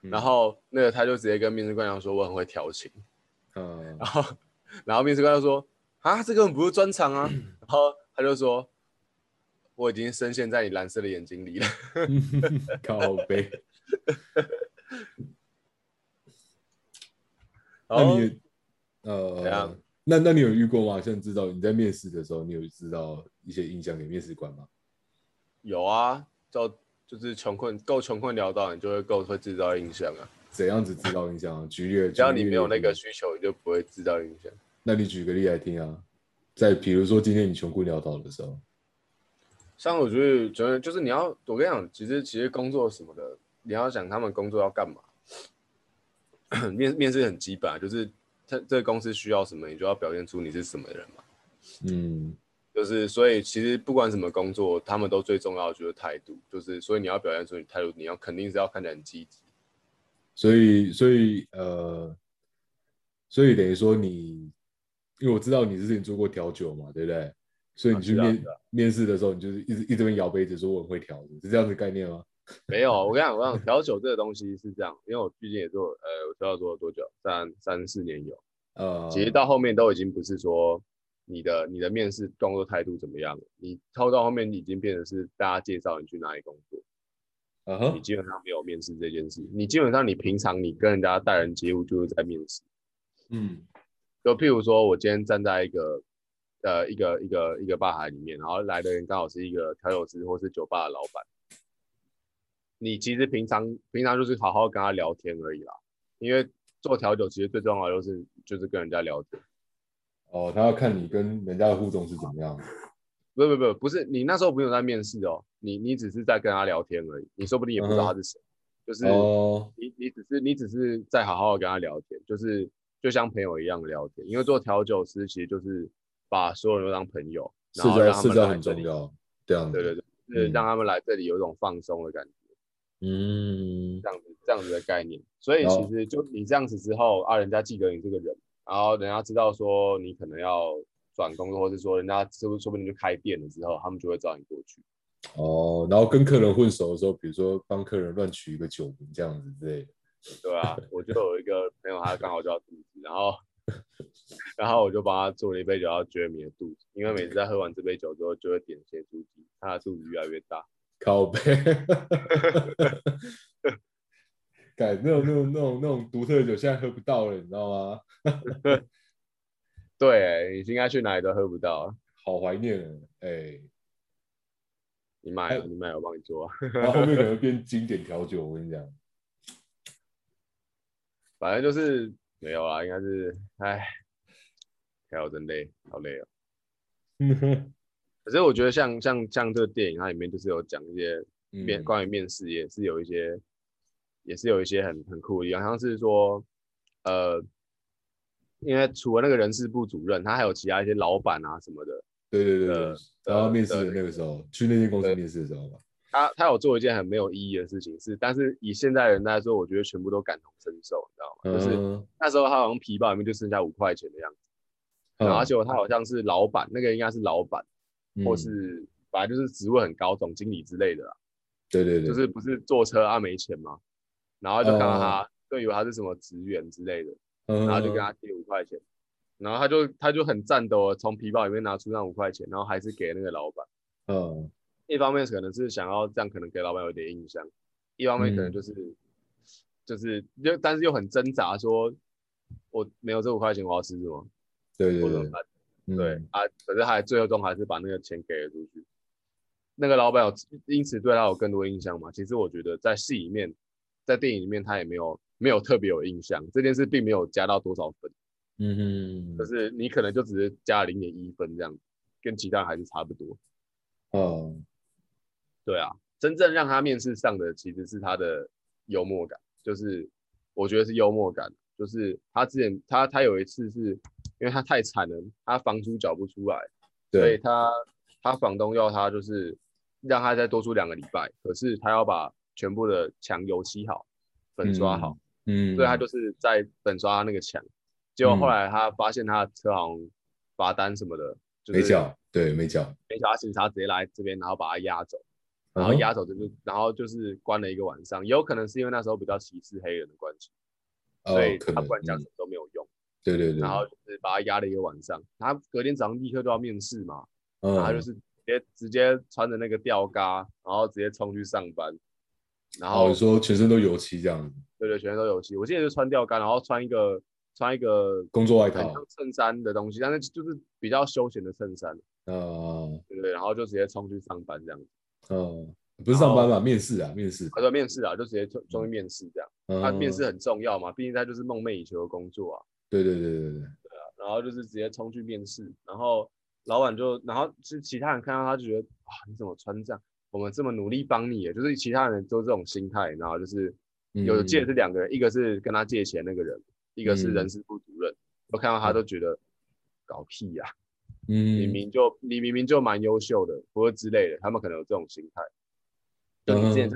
Speaker 2: 然后那个他就直接跟面试官讲说我很会调情。
Speaker 1: 嗯，
Speaker 2: 然后然后面试官就说啊，这根本不是专长啊。然后他就说我已经深陷在你蓝色的眼睛里了。
Speaker 1: 靠 背。
Speaker 2: 然
Speaker 1: 那
Speaker 2: 后
Speaker 1: 你
Speaker 2: 怎样
Speaker 1: 呃，那那你有遇过吗？像知道你在面试的时候，你有知道一些印象给面试官吗？
Speaker 2: 有啊，叫就是穷困够穷困潦倒，你就会够会制造印象啊。
Speaker 1: 怎样子知道印象啊？举例，
Speaker 2: 只要你没有
Speaker 1: 举例
Speaker 2: 那个需求，你就不会制造印象。
Speaker 1: 那你举个例来听啊。在比如说今天你穷困潦倒的时候，
Speaker 2: 像我觉得，觉得就是你要，我跟你讲，其实其实工作什么的，你要想他们工作要干嘛。面面试很基本、啊，就是他这个公司需要什么，你就要表现出你是什么人嘛。
Speaker 1: 嗯
Speaker 2: 就是所以其实不管什么工作，他们都最重要的就是态度，就是所以你要表现出你态度，你要肯定是要看起来很积极。，
Speaker 1: 所以所以呃，所以等于说你，因为我知道你之前做过调酒嘛，对不对？所以你去
Speaker 2: 啊是啊
Speaker 1: 面、
Speaker 2: 是
Speaker 1: 面试的时候，你就是一直一直边摇杯子说我很会调，是这样子概念吗？
Speaker 2: 没有，我跟你讲，我跟你讲调酒这个东西是这样，因为我最近也做，呃，我调酒做了多久？三三四年有。
Speaker 1: 呃，
Speaker 2: 其实到后面都已经不是说你的你的面试工作态度怎么样，你超到后面已经变成是大家介绍你去哪里工作，
Speaker 1: 啊
Speaker 2: 你
Speaker 1: 哈，
Speaker 2: 基本上没有面试这件事。你基本上你平常你跟人家待人接物就是在面试。
Speaker 1: 嗯
Speaker 2: 就譬如说，我今天站在一个呃一个一个一个吧台里面，然后来的人刚好是一个调酒师或是酒吧的老板，你其实平常平常就是好好跟他聊天而已啦，因为做调酒其实最重要的就是就是跟人家聊天。
Speaker 1: 哦，他要看你跟人家的互动是怎么样。
Speaker 2: 不不不，不是你那时候没有在面试哦，你你只是在跟他聊天而已，你说不定也不知道他是谁，就是
Speaker 1: 哦，
Speaker 2: 你你只是你只是在好好的跟他聊天，就是就像朋友一样的聊天，因为做调酒师其实就是把所有人都当朋友，
Speaker 1: 社
Speaker 2: 然后让
Speaker 1: 交
Speaker 2: 他
Speaker 1: 社
Speaker 2: 们
Speaker 1: 交
Speaker 2: 来
Speaker 1: 很
Speaker 2: 这里
Speaker 1: 重，要，这样子
Speaker 2: 对对对，就是
Speaker 1: 嗯
Speaker 2: 让他们来这里有一种放松的感觉，
Speaker 1: 嗯
Speaker 2: 这样子这样子的概念，所以
Speaker 1: 哦
Speaker 2: 其实就你这样子之后啊，人家记得你这个人，然后人家知道说你可能要转工作，或是说人家说不说不定就开店了之后，他们就会找你过去。
Speaker 1: 哦，然后跟客人混熟的时候，比如说帮客人乱取一个酒名这样子之类的。
Speaker 2: 对啊，我就有一个朋友，他刚好就要肚子，然后， 然后我就帮他做了一杯酒叫 Jeremy 的肚子，因为每次在喝完这杯酒之后，就会点咸酥鸡，他的肚子越来越大。
Speaker 1: 靠 背， 改那种那种那种那种独特的酒现在喝不到了，你知道吗？
Speaker 2: 对，你应该去哪里都喝不到，
Speaker 1: 好怀念哦哎、
Speaker 2: 你买啊，你买，我帮你做啊。
Speaker 1: 然后后面可能变经典调酒，我跟你讲，
Speaker 2: 反正就是没有啦，应该是，唉，还有真累，好累哦。
Speaker 1: 嗯
Speaker 2: 可是我觉得像像像这个电影，它里面就是有讲一些面
Speaker 1: 嗯，
Speaker 2: 关于面试也是有一些，也是有一些很很酷的地方，好像是说，呃，因为除了那个人事部主任，他还有其他一些老板啊什么的，
Speaker 1: 对对对对
Speaker 2: 的，
Speaker 1: 然后
Speaker 2: 的
Speaker 1: 面试
Speaker 2: 的
Speaker 1: 的那个时候，去那间公司面试的时候吧，
Speaker 2: 他他有做一件很没有意义的事情，是，但是以现在人来说，我觉得全部都感同身受，你知道吗？就是
Speaker 1: 嗯，
Speaker 2: 那时候他好像皮包里面就剩下五块钱的样子，然后而且他好像是老板，那个应该是老板，
Speaker 1: 嗯
Speaker 2: 或是反正就是职位很高，总经理之类的啦。
Speaker 1: 对对对，
Speaker 2: 就是不是坐车啊没钱嘛，然后就看
Speaker 1: 哦
Speaker 2: 到他，就以为他是什么职员之类的，
Speaker 1: 嗯，
Speaker 2: 然
Speaker 1: 然
Speaker 2: 后就跟他借五块钱，然后他就他就很战斗，从皮包里面拿出那五块钱，然后还是给那个老板。
Speaker 1: 嗯
Speaker 2: 一方面可能是想要这样，可能给老板有点印象；一方面可
Speaker 1: 嗯
Speaker 2: 能就是、就是又但是又很挣扎说。我没有这五块钱，我要吃什么？
Speaker 1: 对对
Speaker 2: 我怎么
Speaker 1: 对
Speaker 2: 办？
Speaker 1: 嗯
Speaker 2: 对啊，可是还最后终还是把那个钱给了出去。那个老板有因此对他有更多印象吗？其实我觉得在戏里面，在电影里面他也没有没有特别有印象，这件事并没有加到多少分，
Speaker 1: 嗯
Speaker 2: 可
Speaker 1: 哼
Speaker 2: 是你可能就只是加了零点一分这样，跟其他人还是差不多。
Speaker 1: 嗯
Speaker 2: 对啊，真正让他面试上的其实是他的幽默感，就是我觉得是幽默感，就是他之前他他有一次是因为他太惨了，他房租缴不出来。所以
Speaker 1: 对
Speaker 2: 他他房东要他就是让他再多出两个礼拜，可是他要把全部的墙油漆好、粉刷好，
Speaker 1: 嗯，
Speaker 2: 所以他就是在粉刷他那个墙。结果后
Speaker 1: 嗯
Speaker 2: 来他发现他的车行罚单什么的，就是
Speaker 1: 没缴，对没缴，
Speaker 2: 没缴，他警察直接来这边，然后把他押走，然后
Speaker 1: 嗯哼
Speaker 2: 押走就是，然后就是关了一个晚上，也有可能是因为那时候比较歧视黑人的关系，
Speaker 1: 哦
Speaker 2: 所以
Speaker 1: 可
Speaker 2: 他
Speaker 1: 能
Speaker 2: 不管讲什
Speaker 1: 嗯
Speaker 2: 么都没有用，
Speaker 1: 对对对，
Speaker 2: 然后就是把他压了一个晚上，他隔天早上立刻就要面试嘛，然后他
Speaker 1: 嗯
Speaker 2: 就。是直接直接穿着那个吊嘎，然后直接冲去上班，然后、
Speaker 1: 哦，你说全身都油漆这样子，
Speaker 2: 对对，全身都有漆，我记得是穿吊嘎，然后穿一个穿一个
Speaker 1: 工作外
Speaker 2: 很
Speaker 1: 套
Speaker 2: 像衬衫的东西，但是就是比较休闲的衬衫，
Speaker 1: 啊啊、
Speaker 2: 对不对？然后就直接冲去上班这样子。
Speaker 1: 呃不是上
Speaker 2: 哦
Speaker 1: 班吧？面试啊，面试。
Speaker 2: 他说面试啊，就直接冲冲去面试这样。
Speaker 1: 嗯、
Speaker 2: 那、啊面试很重要嘛，毕竟他就是梦寐以求的工作啊。
Speaker 1: 对对对对对，
Speaker 2: 然后就是直接冲去面试，然后老板就，然后其其他人看到他就觉得啊，你怎么穿这样？我们这么努力帮你耶，就是其他人都这种心态，然后就是
Speaker 1: 嗯嗯
Speaker 2: 有借是两个人，一个是跟他借钱那个人，一个是人事部主任，我看到他都觉得搞屁呀、
Speaker 1: 嗯，
Speaker 2: 你明就你明明就蛮优秀的，或者之类的，他们可能有这种心态，就你之前
Speaker 1: 嗯
Speaker 2: 这样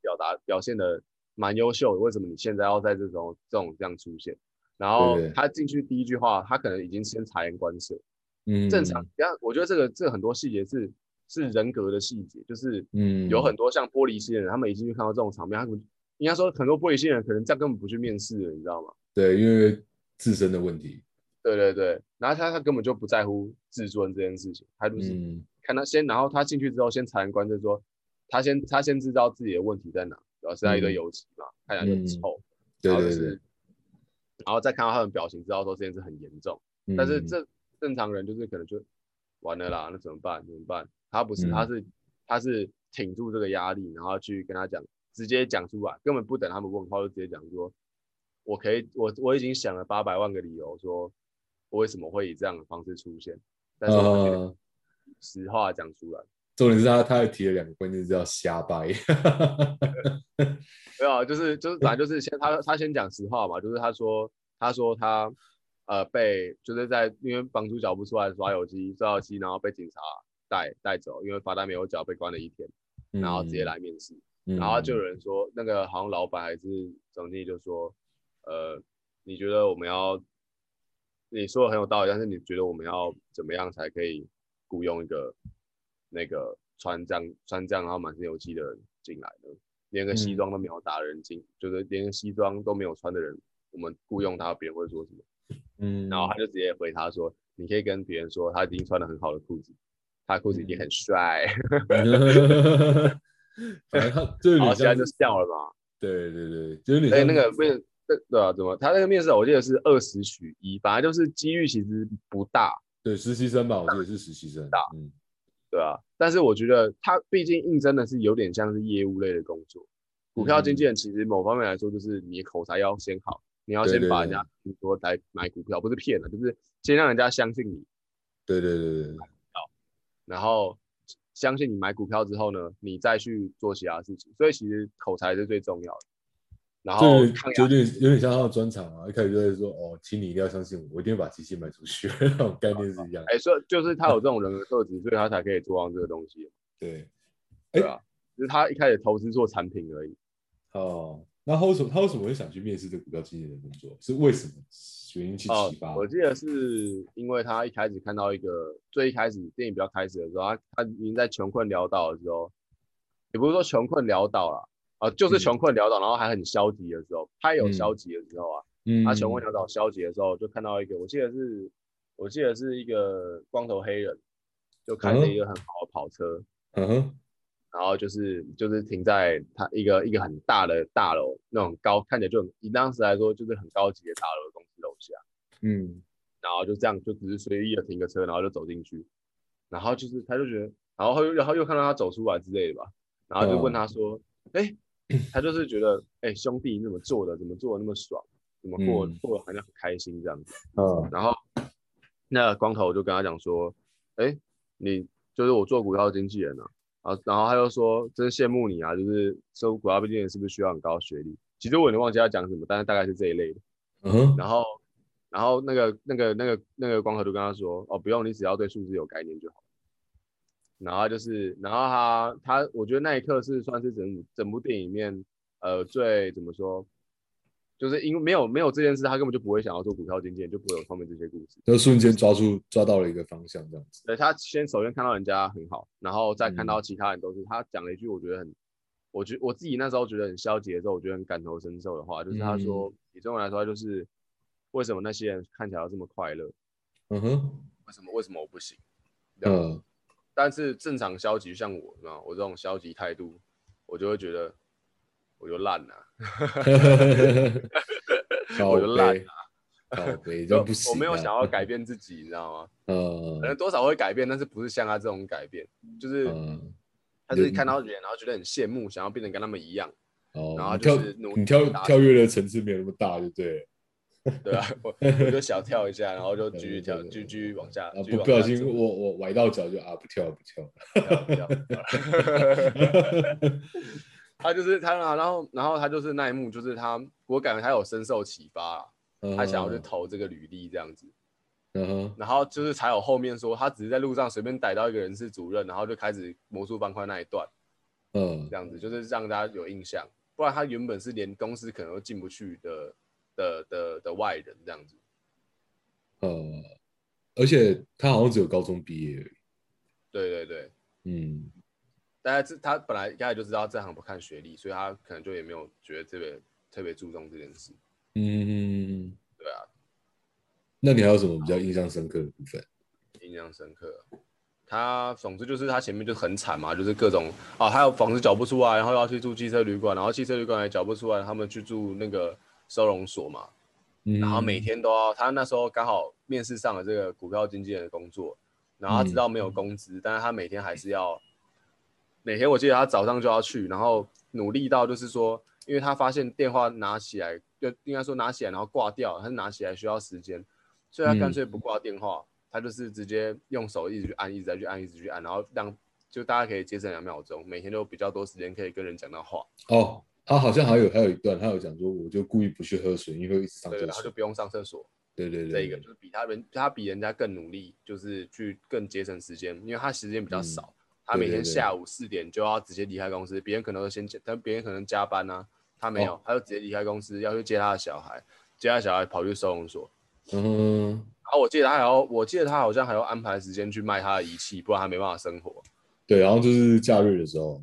Speaker 2: 表达表现的蛮优秀的，为什么你现在要在这种这种这样出现？然后
Speaker 1: 对对
Speaker 2: 他进去第一句话，他可能已经先察言观色，
Speaker 1: 嗯
Speaker 2: 正常。然后我觉得这个这个很多细节是是人格的细节，就是
Speaker 1: 嗯
Speaker 2: 有很多像玻璃心的人，他们一进去看到这种场面，他们应该说很多玻璃心的人可能这样根本不去面试了，你知道吗？
Speaker 1: 对，因为自身的问题，
Speaker 2: 对对对，然后他他根本就不在乎自尊这件事情，他就是
Speaker 1: 嗯
Speaker 2: 看他先，然后他进去之后先察言观色，说他先他先知道自己的问题在哪，然后身上一堆
Speaker 1: 嗯
Speaker 2: 油漆嘛，看起来就很
Speaker 1: 嗯
Speaker 2: 臭，
Speaker 1: 对
Speaker 2: 然后就
Speaker 1: 对
Speaker 2: 是，
Speaker 1: 对，
Speaker 2: 然后再看到他们表情，知道说这件事很严重。
Speaker 1: 嗯
Speaker 2: 但是这正常人就是可能就完了啦，那怎么办？怎么办？他不是，
Speaker 1: 嗯
Speaker 2: 他是他是挺住这个压力，然后去跟他讲，直接讲出来，根本不等他们问话，就直接讲说，我可以，我我已经想了八百万个理由，说我为什么会以这样的方式出现，但是我觉得
Speaker 1: 呃，
Speaker 2: 实话讲出来，
Speaker 1: 重点是他他还提了两个关键字叫瞎掰，
Speaker 2: 没有啊，就是就是反正就是先他他先讲实话嘛，就是他说他说他呃被就是在因为房租缴不出来刷油漆刷油漆，然后被警察带带走，因为罚单没有缴被关了一天， 然后直接来面试，
Speaker 1: 嗯，
Speaker 2: 然后就有人说那个好像老板还是总经理就说呃你觉得我们要你说的很有道理，但是你觉得我们要怎么样才可以雇佣一个那个穿这样穿这样然后满身油漆的人进来呢？连个西
Speaker 1: 嗯
Speaker 2: 装都没有打的人进，就是连个西装都没有穿的人，我们雇佣他，别人会说什么？
Speaker 1: 嗯，
Speaker 2: 然后他就直接回他说：“你可以跟别人说，他已经穿了很好的裤子，他的裤子已
Speaker 1: 嗯
Speaker 2: 经很帅。
Speaker 1: 反正他就有
Speaker 2: 然后
Speaker 1: 点
Speaker 2: 现在
Speaker 1: 像
Speaker 2: 就，笑了嘛。
Speaker 1: 对对对，就有点
Speaker 2: 所以
Speaker 1: 像
Speaker 2: 那个面，那对啊，怎么他那个面试，我记得是二十取一，反正就是几率其实不大，
Speaker 1: 对实习生吧，我记得是实习
Speaker 2: 啊
Speaker 1: 生，嗯
Speaker 2: 对啊，但是我觉得他毕竟应征的是有点像是业务类的工作，股票经纪
Speaker 1: 嗯
Speaker 2: 人其实某方面来说，就是你口才要先好，你要
Speaker 1: 对
Speaker 2: 先
Speaker 1: 对
Speaker 2: 把
Speaker 1: 对
Speaker 2: 人家听说来买股票，不是骗了，就是先让人家相信你，
Speaker 1: 对对对对，
Speaker 2: 然后相信你买股票之后呢，你再去做其他事情，所以其实口才是最重要的。然后抗
Speaker 1: 就
Speaker 2: 压
Speaker 1: 有点有点像他的专场啊，一开始就在说哦，请你一定要相信我，我一定会把机器卖出去， 那种概念是一样，
Speaker 2: 哎，所以就是他有这种人格特质，所以他才可以做到这个东西，
Speaker 1: 对，
Speaker 2: 对啊，就是他一开始投资做产品而已。
Speaker 1: 哦，那他为什么他为什么会想去面试这个股票经纪人的工作？是为什么原因去
Speaker 2: 哦
Speaker 1: 启发？，
Speaker 2: 我记得是因为他一开始看到一个最一开始电影比较开始的时候，他他已经在穷困潦倒的时候，也不是说穷困潦倒啦，啊、就是
Speaker 1: 嗯
Speaker 2: 穷困潦倒，然后还很消极的时候，他也有
Speaker 1: 嗯
Speaker 2: 消极的时候啊，
Speaker 1: 嗯，
Speaker 2: 他穷困潦倒消极的时候，就看到一个，我记得是我记得是一个光头黑人，就开着一个很好的跑车，
Speaker 1: 嗯哼，
Speaker 2: 然后就是就是停在他一个一个很大的大楼，那种高看起来就很，以当时来说就是很高级的大楼的公司楼下。
Speaker 1: 嗯
Speaker 2: 然后就这样就只是随意的停个车，然后就走进去，然后就是他就觉得，然后他又然后又看到他走出来之类的吧，然后就问他说，哎、他就是觉得，哎、兄弟你怎么做的，怎么做的那么爽，怎么过、
Speaker 1: 嗯
Speaker 2: 过得好像很开心这样子，
Speaker 1: 嗯
Speaker 2: 然后那光头就跟他讲说，哎、你就是我做股票经纪人啊，然后然后他就说，真羡慕你啊，就是收股票经纪人是不是需要很高学历？其实我有点忘记他讲什么，但是大概是这一类的。
Speaker 1: 嗯哼，
Speaker 2: 然后，然后那个那个那个那个光头就跟他说：“哦，不用，你只要对数字有概念就好。”然后他就是，然后他他，我觉得那一刻是算是整整部电影里面，呃，最怎么说，就是因为没有没有这件事，他根本就不会想要做股票经纪人，就不会有后面这些故事。
Speaker 1: 就瞬间抓住抓到了一个方向，这样子，
Speaker 2: 对他先首先看到人家很好，然后再看到其他人都是、他讲了一句我觉得很，我觉我自己那时候觉得很消极的时候，我觉得很感同身受的话，就是他说，以中文来说，他就是为什么那些人看起来要这么快乐，
Speaker 1: 嗯哼，
Speaker 2: 为什么为什么我不行？这样
Speaker 1: 嗯
Speaker 2: 但是正常消极像我，啊，我这种消极态度，我就会觉得我就烂了、
Speaker 1: 呵呵呵呵呵，
Speaker 2: 我就烂
Speaker 1: 靠背靠北
Speaker 2: 就
Speaker 1: 就不行啊。
Speaker 2: 我没有想要 改变自己，你知道吗？
Speaker 1: 呃
Speaker 2: 可能多少会改变，但是不是像他这种改变，就是
Speaker 1: 呃，
Speaker 2: 他就是看到别人，然后觉得很羡慕，想要变得跟他们一样，
Speaker 1: 哦，
Speaker 2: 然后
Speaker 1: 你
Speaker 2: 就
Speaker 1: 跳
Speaker 2: 是努力
Speaker 1: 你跳
Speaker 2: 达
Speaker 1: 跳跃的层次没有那么大，就对了。
Speaker 2: 对吧、我我就小跳一下，然后就继续跳，
Speaker 1: 对对对
Speaker 2: 继续继续往下，
Speaker 1: 啊，
Speaker 2: 继
Speaker 1: 不
Speaker 2: 续往
Speaker 1: 不小
Speaker 2: 下
Speaker 1: 心
Speaker 2: 走
Speaker 1: 我我崴到脚就啊不跳了不跳了。
Speaker 2: 不要不要他就是他，啊然后然后他就是那一幕，就是他，我感觉他有深受启发啊，
Speaker 1: 嗯
Speaker 2: 他想要去投这个履历这样子，
Speaker 1: 嗯哼，
Speaker 2: 然后就是才有后面说他只是在路上随便逮到一个人事主任，然后就开始魔术方块那一段
Speaker 1: 嗯
Speaker 2: 这样子，就是让大家有印象，不然他原本是连公司可能都进不去的的的的外人这样子，
Speaker 1: 呃，而且他好像只有高中毕业而已。
Speaker 2: 对对对，
Speaker 1: 嗯
Speaker 2: 大家这他本来一开始就知道这行不看学历，所以他可能就也没有觉得特别特别注重这件事，
Speaker 1: 嗯，
Speaker 2: 对啊，
Speaker 1: 那你还有什么比较印象深刻的部分？
Speaker 2: 印象深刻。他总之就是他前面就很惨嘛，就是各种啊，还有房子缴不出来，然后要去住汽车旅馆，然后汽车旅馆也缴不出来，他们去住那个收容所嘛，
Speaker 1: 嗯，
Speaker 2: 然后每天都要他那时候刚好面试上了这个股票经纪人的工作，然后他知道没有工资，但是他每天还是要每天我记得他早上就要去，然后努力到就是说，因为他发现电话拿起来就应该说拿起来然后挂掉，他是拿起来需要时间，所以他干脆不挂电话，他就是直接用手一直去按，一直在去按，一直去按，然后让就大家可以节省两秒钟，每天都比较多时间可以跟人讲到话，
Speaker 1: 哦，他好像还有还有一段，他有讲说，我就故意不去喝水，因为会一直上
Speaker 2: 对，
Speaker 1: 厕
Speaker 2: 然后就
Speaker 1: 所。
Speaker 2: 不用上厕所。
Speaker 1: 对对
Speaker 2: 这
Speaker 1: 对，
Speaker 2: 一个
Speaker 1: 对
Speaker 2: 就是比他人他比人家更努力，就是去更节省时间，因为他时间比较少，他每
Speaker 1: 嗯对
Speaker 2: 天
Speaker 1: 对对
Speaker 2: 下午四点就要直接离开公司，别人可能先但别人可能加班啊，他没有，
Speaker 1: 哦
Speaker 2: 他就直接离开公司要去接他的小孩，接他小孩跑去收容所，
Speaker 1: 嗯，
Speaker 2: 然后我记得他还要，我记得他好像还要安排时间去卖他的仪器，不然他没办法生活。
Speaker 1: 对，然后就是假日的时候，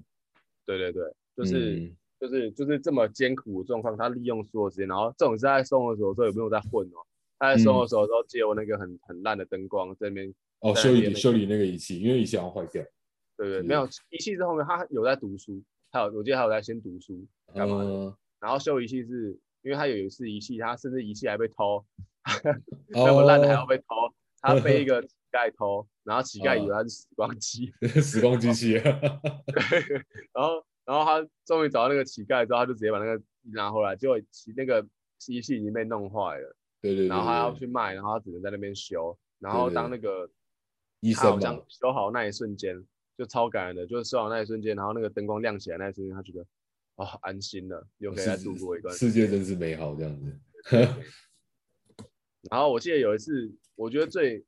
Speaker 2: 对对对，就是、
Speaker 1: 嗯
Speaker 2: 就是就是这么艰苦的状况，他利用所有时间，然后这种是在收容所的时候有没有在混哦？他在
Speaker 1: 嗯
Speaker 2: 收容所的时候借我那个很很烂的灯光在那边
Speaker 1: 哦，
Speaker 2: 在
Speaker 1: 修
Speaker 2: 那
Speaker 1: 理
Speaker 2: 边那
Speaker 1: 修理那个仪器，因为仪器好像坏掉。
Speaker 2: 对对，
Speaker 1: 是
Speaker 2: 没有仪器是后面他有在读书，他有我记得他有在先读书，干嘛的
Speaker 1: 嗯
Speaker 2: 然后修仪器是因为他有一次仪器，他甚至仪器还被偷，那么烂的还要
Speaker 1: 哦，
Speaker 2: 被偷，他被一个乞丐偷，然后乞
Speaker 1: 哦
Speaker 2: 丐以为他是时光机，
Speaker 1: 时光机器。啊
Speaker 2: 然后然后他终于找到那个乞丐之后，他就直接把那个拿回来，结果其那个仪器已经被弄坏了，
Speaker 1: 对对对，
Speaker 2: 然后他要
Speaker 1: 对
Speaker 2: 去卖，然后他只能在那边修，然后当那个
Speaker 1: 医
Speaker 2: 他好
Speaker 1: 生
Speaker 2: 像
Speaker 1: 嘛，
Speaker 2: 修好那一瞬间就超感人的，就是修好那一瞬间，然后那个灯光亮起来那一瞬间，他觉得哦安心了，又可以再
Speaker 1: 世
Speaker 2: 度过一段时
Speaker 1: 世界
Speaker 2: 间。
Speaker 1: 真是美好这样子。
Speaker 2: 然后我记得有一次，我觉得最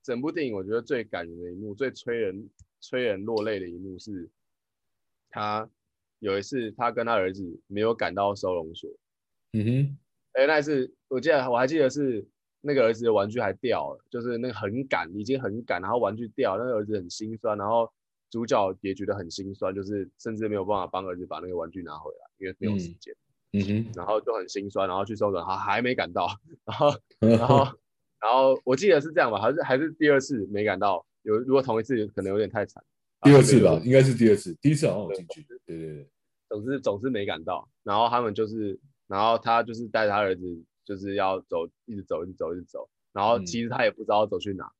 Speaker 2: 整部电影我觉得最感人的一幕，最催人催人落泪的一幕是，他有一次他跟他儿子没有赶到收容所，
Speaker 1: 嗯哼，
Speaker 2: 哎，那一次我记得我还记得是那个儿子的玩具还掉了，就是那个很赶，已经很赶，然后玩具掉，那个儿子很心酸，然后主角也觉得很心酸，就是甚至没有办法帮儿子把那个玩具拿回来，因为没有时
Speaker 1: 嗯
Speaker 2: 间，
Speaker 1: 嗯哼，
Speaker 2: 然后就很心酸，然后去收人，他还没赶到，然后 然
Speaker 1: 然
Speaker 2: 后然后我记得是这样吧，还是还是第二次没赶到，有如果同一次可能有点太惨，
Speaker 1: 第二次吧
Speaker 2: 啊，
Speaker 1: 应该是第二次，第一次好像有进去。对对对，
Speaker 2: 总之总是没赶到。然后他们就是，然后他就是带着他儿子，就是要走，一直走，一直走，一直走。然后
Speaker 1: 嗯
Speaker 2: 其实他也不知道走去哪，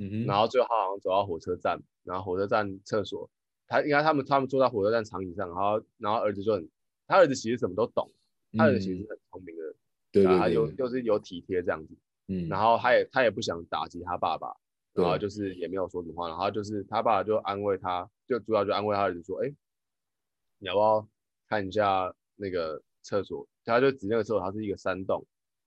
Speaker 1: 嗯哼，
Speaker 2: 然后最后他好像走到火车站，然后火车站厕所，他应该他们他们坐在火车站长椅上，然后然后儿子就很，他儿子其实什么都懂，他儿子其实
Speaker 1: 嗯
Speaker 2: 很聪明的人，
Speaker 1: 对
Speaker 2: 然后他
Speaker 1: 对
Speaker 2: 又
Speaker 1: 对，
Speaker 2: 又是有体贴这样子，
Speaker 1: 嗯，
Speaker 2: 然后他也他也不想打击他爸爸，
Speaker 1: 对
Speaker 2: 然后就是也没有说什么话，然后就是他爸爸就安慰他，就主要就安慰他儿子说，哎，你要不要看一下那个厕所？他就指那个厕所，它是一个山洞，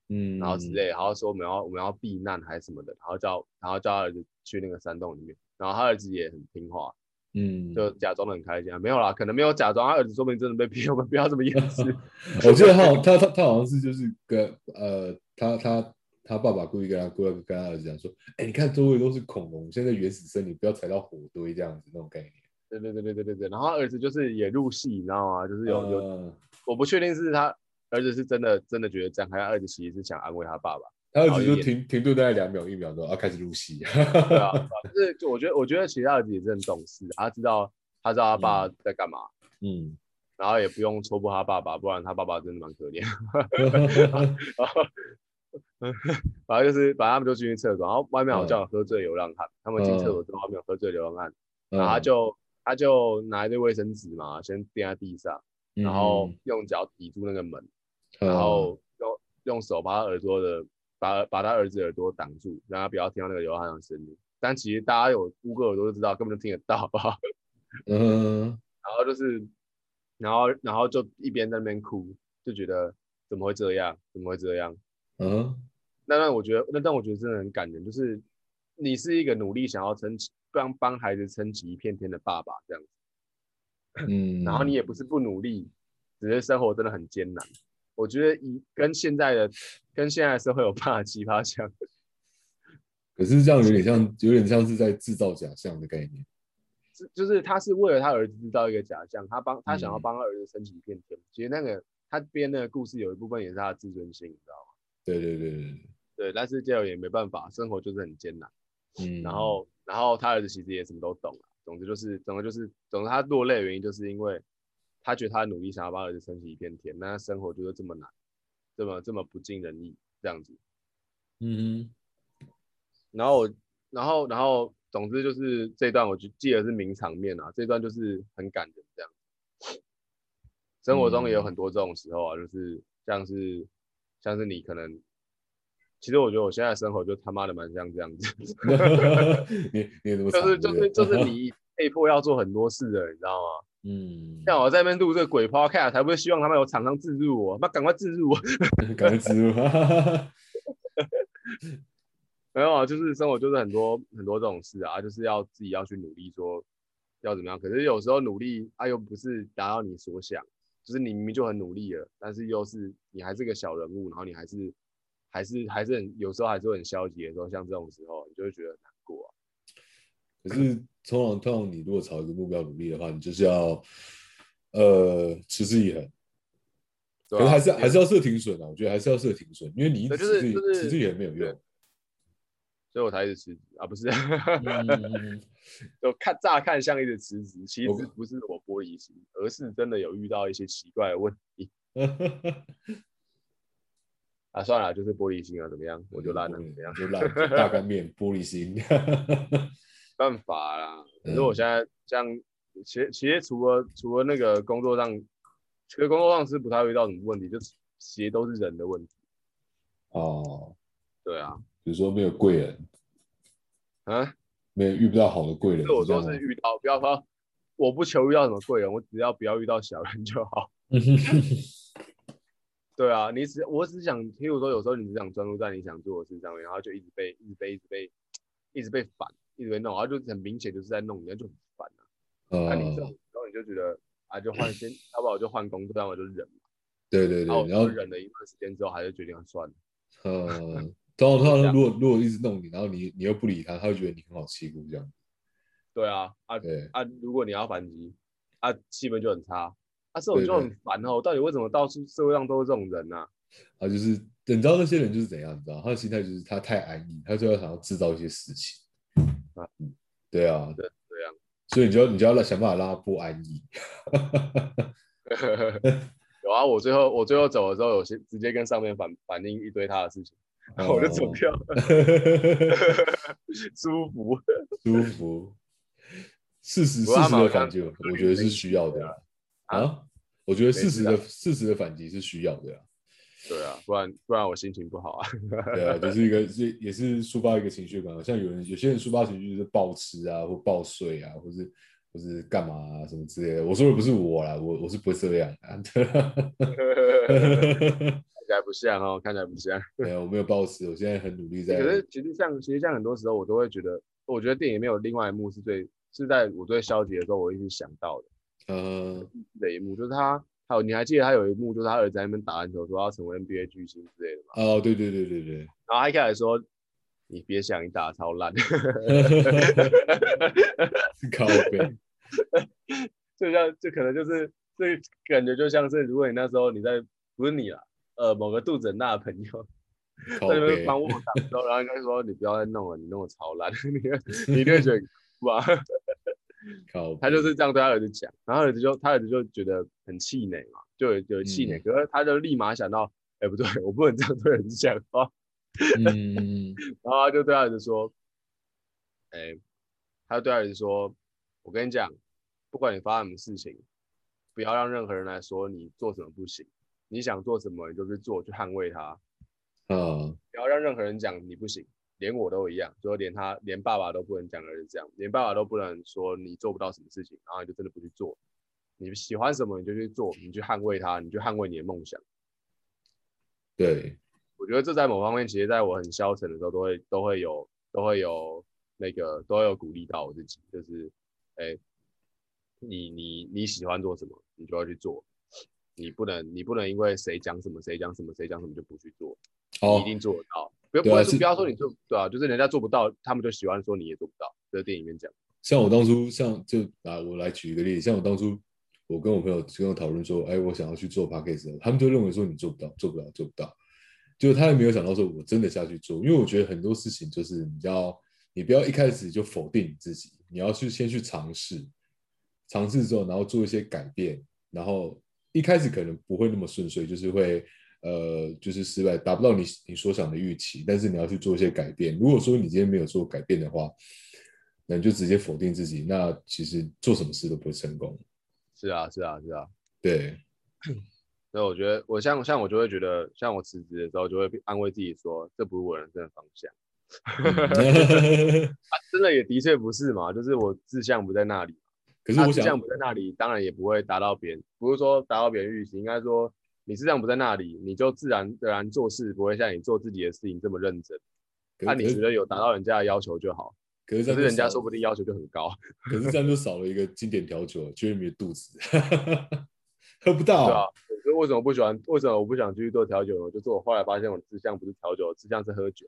Speaker 1: 嗯，
Speaker 2: 然后之类，然后说我们要我们要避难还是什么的，然后叫然后叫他儿子去那个山洞里面，然后他儿子也很听话，
Speaker 1: 嗯，
Speaker 2: 就假装的很开心啊，没有啦，可能没有假装，他儿子说不定真的被骗，我们不要这么掩饰。
Speaker 1: 我记得他好他他他好像是就是跟呃他他他爸爸故意跟他故意跟他儿子讲说，哎，你看周围都是恐龙，现在原始森林不要踩到火堆这样子那种概念。
Speaker 2: 对对对对对对对，然后他儿子就是也入戏，你知道吗？就是有有，
Speaker 1: 呃
Speaker 2: 我不确定是他儿子是真的真的觉得这样，还是他儿子其实是想安慰他爸爸。
Speaker 1: 他儿子就停停顿大概两秒一秒钟，啊，开始入戏。
Speaker 2: 对啊，对啊就是就我觉得，我觉得其实他儿子也是很懂事，他知道他知道他爸在干嘛，
Speaker 1: 嗯，
Speaker 2: 然后也不用戳破他爸爸，不然他爸爸真的蛮可怜。然后 反正就是，反正他们就进去厕所，然后外面好像
Speaker 1: 嗯
Speaker 2: 有喝醉流浪汉，他们进厕所之后，外面有喝醉流浪汉，然后他
Speaker 1: 嗯
Speaker 2: 啊就他就拿一堆卫生纸嘛，先垫在地上，然后用脚抵住那个门，
Speaker 1: 嗯
Speaker 2: 然后用用手把他耳朵的把把他儿子耳朵挡住，让他不要听到那个流浪汉的声音。但其实大家有捂过耳朵就知道，根本就听得到，好不好？
Speaker 1: 嗯
Speaker 2: 然后就是，然后然后就一边在那边哭，就觉得怎么会这样？怎么会这样？
Speaker 1: 嗯
Speaker 2: 那让我觉得，那让我觉得真的很感人，就是你是一个努力想要撑起帮帮孩子撑起一片天的爸爸这样子，
Speaker 1: 嗯，
Speaker 2: 然后你也不是不努力，只是生活真的很艰难。我觉得以跟现在的跟现在的社会有办法 奇葩相，
Speaker 1: 可是这样有点像，有点像是在制造假象的概念。
Speaker 2: 就就是他是为了他儿子制造一个假象，他帮他想要
Speaker 1: 嗯
Speaker 2: 帮他儿子撑起一片天。其实那个他编那个故事有一部分也是他的自尊心，你知道吗？
Speaker 1: 对对对对对，
Speaker 2: 对，但是这样也没办法，生活就是很艰难。
Speaker 1: 嗯，
Speaker 2: 然后然后他儿子其实也什么都懂了。总之就是，总之就是，总之他落泪的原因就是因为他觉得他的努力想要帮儿子撑起一片天，那他生活就是这么难，这么这么不尽人意这样子。
Speaker 1: 嗯
Speaker 2: 然后我，然后然后总之就是这段我就记得是名场面啊，这段就是很感人这样。生活中也有很多这种时候啊，就是像是像是你可能，其实我觉得我现在的生活就他妈的蛮像这样子。
Speaker 1: 哼， 你你有那么
Speaker 2: 就
Speaker 1: 惨
Speaker 2: 是就是就，
Speaker 1: 对
Speaker 2: 是
Speaker 1: 不对
Speaker 2: 你被迫要做很多事的，你知道吗？
Speaker 1: 嗯，
Speaker 2: 像我在那边录这个鬼 podcast，还不是希望他们有厂商自入我，那赶快自入我。
Speaker 1: 感觉植入，哈 哈哈哈
Speaker 2: 没有啊，就是生活就是很多很多这种事啊，就是要自己要去努力说要怎么样。可是有时候努力啊，又不是达到你所想，就是你明明就很努力了，但是又是你还是个小人物，然后你还是还是还是很有时候还是会很消极的时候，像这种时候，你就会觉得很难过啊、
Speaker 1: 可是通常通常你如果朝一个目标努力的话，你就是要呃持之以恒，可
Speaker 2: 对啊吧、
Speaker 1: 是还是
Speaker 2: 因为
Speaker 1: 还是要设停损啊，我觉得还是要设停损，因为你一直
Speaker 2: 对就
Speaker 1: 持
Speaker 2: 是
Speaker 1: 之以
Speaker 2: 就是
Speaker 1: 持之以恒没有用。
Speaker 2: 所以我才一直辞职啊，不是。
Speaker 1: 嗯
Speaker 2: 就看乍看像一直辞职，其
Speaker 1: 我
Speaker 2: 实不是我玻璃心，而是真的有遇到一些奇怪的问题 啊。算了，就是玻璃心啊，怎么样？我就烂了，怎么样？
Speaker 1: 就烂，大干面，玻璃心。
Speaker 2: 办法啦。可
Speaker 1: 嗯
Speaker 2: 是我现在像，其实其实除了除了那个工作上，其实工作上是不太会遇到什么问题，就其实都是人的问题。
Speaker 1: 哦，
Speaker 2: 对啊，
Speaker 1: 比如说没有贵人，
Speaker 2: 啊，
Speaker 1: 没有遇不到好的贵人，
Speaker 2: 对我说
Speaker 1: 这
Speaker 2: 是
Speaker 1: 样吗
Speaker 2: 遇到，不要说我不求遇到什么贵人，我只要不要遇到小人就好。对啊，你只我只想，譬如说，有时候你只想专注在你想做的事上面，然后就一直被一直被一直被一直被烦，一直被弄，然后就很明显就是在弄你，那就很烦啊。那、你这种
Speaker 1: 呃，
Speaker 2: 时候你就觉得啊，就换先，要不然我就换工作，要么就忍嘛。
Speaker 1: 对对
Speaker 2: 然后
Speaker 1: 对，
Speaker 2: 我
Speaker 1: 然后
Speaker 2: 就忍了一段时间之后，还是决定算了。
Speaker 1: 呃，通常通
Speaker 2: 这
Speaker 1: 常
Speaker 2: 样
Speaker 1: 如果如果一直弄你，然后你你又不理他，他会觉得你很好欺负这样。
Speaker 2: 对啊，啊
Speaker 1: 对，
Speaker 2: 啊，如果你要反击，啊气氛就很差，啊这种
Speaker 1: 对
Speaker 2: 就很烦哦。到底为什么到处社会上都是这种人 呢、啊？
Speaker 1: 他就是你知道那些人就是怎样，你知道他的心态就是他太安逸，他就要想要制造一些事情。
Speaker 2: 啊
Speaker 1: 嗯对啊，
Speaker 2: 对对啊。
Speaker 1: 所以你就要你就要想办法让他不安逸。
Speaker 2: 有啊，我最后我最后走的时候，有些直接跟上面反反映一堆他的事情，然 后我就
Speaker 1: 哦
Speaker 2: 走掉 了。舒服。
Speaker 1: 舒服。事实
Speaker 2: 不
Speaker 1: 事
Speaker 2: 过他
Speaker 1: 实
Speaker 2: 们好
Speaker 1: 的
Speaker 2: 像
Speaker 1: 反击，我觉得是需要的啦
Speaker 2: 啊
Speaker 1: 啊。我觉得事实
Speaker 2: 没
Speaker 1: 的事实的反击是需要的啦，
Speaker 2: 对啊，不然不然我心情不 好啊。
Speaker 1: 对啊，就是一个是也是抒发一个情绪感，像有人有些人抒发情绪就是暴吃啊，或暴睡啊，或是或是干嘛啊什么之类的。我说的不是我啦，我我是不会这样啊，对啊
Speaker 2: 看起来不像哦，看起来不像。
Speaker 1: 没有我没有暴吃，我现在很努力在
Speaker 2: 可是其实像其实像很多时候我都会觉得，我觉得电影里面有另外一幕是最是在我最消极的时候，我会去想到的
Speaker 1: 呃
Speaker 2: 的一幕，就是他还有你还记得他有一幕就是他儿子在那边打篮球，说要成为 NBA 巨星之类的嘛，
Speaker 1: 哦，对对对对对，
Speaker 2: 然后他一开始说。你别想，你打得超烂，
Speaker 1: 靠背，
Speaker 2: 就像这可能就是这感觉就像是，如果你那时候你在不是你啦，呃，某个肚子很大的朋友，
Speaker 1: 靠
Speaker 2: 在那边
Speaker 1: 背，
Speaker 2: 帮我打的时候，然后应该说你不要再弄了，你弄得超烂， 你会你一定会觉得很哭啊。
Speaker 1: 靠背，
Speaker 2: 他就是这样对他儿子讲，然后儿子就他儿子就觉得很气馁嘛，就有有气馁，
Speaker 1: 嗯
Speaker 2: 可是他就立马想到，哎、不对，我不能这样对儿子讲话，
Speaker 1: 嗯，
Speaker 2: 然后他就对他儿子说：“哎、他对他儿子说，我跟你讲，不管你发生什么事情，不要让任何人来说你做什么不行。你想做什么，你就去做，去捍卫它，
Speaker 1: 啊，
Speaker 2: 不要让任何人讲你不行。连我都一样，就连他，连爸爸都不能讲儿子这样，连爸爸都不能说你做不到什么事情，然后你就真的不去做。你喜欢什么你就去做，你去捍卫它，你去捍卫你的梦想。”
Speaker 1: 对，
Speaker 2: 我觉得这在某方面，其实在我很消沉的时候，都会都会有都会有那个都会有鼓励到我自己，就是，哎、你你你喜欢做什么，你就要去做，你不能你不能因为谁讲什么谁讲什么谁讲什么就不去做，你
Speaker 1: 哦
Speaker 2: 一，定做得到。不要不
Speaker 1: 对啊
Speaker 2: 要说
Speaker 1: 是
Speaker 2: 不要说你做对啊，就是人家做不到，他们就喜欢说你也做不到。这个电影里面讲，
Speaker 1: 像我当初，像就啊，我来举一个例子，像我当初，我跟我朋友跟我讨论说，哎，我想要去做 podcast，的他们就认为说你做不到，做不到，做不到，就他也没有想到说我真的下去做，因为我觉得很多事情就是你要，你不要一开始就否定你自己，你要去先去尝试，尝试之后，然后做一些改变，然后一开始可能不会那么顺遂，就是会呃，就是失败，达不到你你所想的预期，但是你要去做一些改变。如果说你今天没有做改变的话，那你就直接否定自己，那其实做什么事都不会成功。
Speaker 2: 是啊是啊是啊，
Speaker 1: 对，
Speaker 2: 所以我觉得我像像我就会觉得，像我辞职的时候就会安慰自己说，这不是我人生的方向。
Speaker 1: 嗯
Speaker 2: 真的也的确不是嘛，就是我志向不在那里，
Speaker 1: 可是
Speaker 2: 那
Speaker 1: 我
Speaker 2: 志
Speaker 1: 想
Speaker 2: 向不在那里，当然也不会达到别人，不是说达到别人预期，应该说你志向不在那里，你就自然而然做事不会像你做自己的事情这么认真。
Speaker 1: 可是
Speaker 2: 那、啊你觉得有达到人家的要求就好，
Speaker 1: 可是这
Speaker 2: 可
Speaker 1: 样就
Speaker 2: 是人家
Speaker 1: 少
Speaker 2: 说不定要求就很高，
Speaker 1: 可是这样就少了一个经典调酒 Jeremy 的肚子， 喝不
Speaker 2: 对啊
Speaker 1: 到。，
Speaker 2: 所以为什么不喜欢？为什么我不想继续做调酒呢？就是我后来发现我的志向不是调酒，志向是喝酒。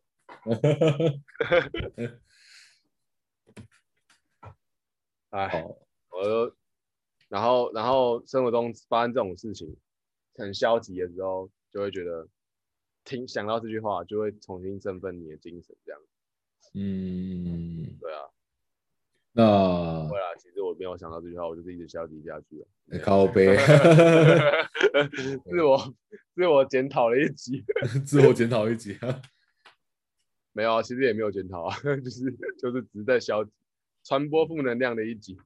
Speaker 2: 哎，
Speaker 1: 好，
Speaker 2: 我就，然后然后生活中发生这种事情，很消极的时候，就会觉得听想到这句话，就会重新振奋你的精神，这样
Speaker 1: 嗯，
Speaker 2: 对啊。
Speaker 1: 那
Speaker 2: 对啊，其实我没有想到这句话，我就是一直消极下去了。
Speaker 1: 哎靠 背
Speaker 2: 自我自我检讨了一集，
Speaker 1: 自我检讨一集啊。
Speaker 2: 没有，啊，其实也没有检讨啊， 就是就是只是在消极传播负能量的一集，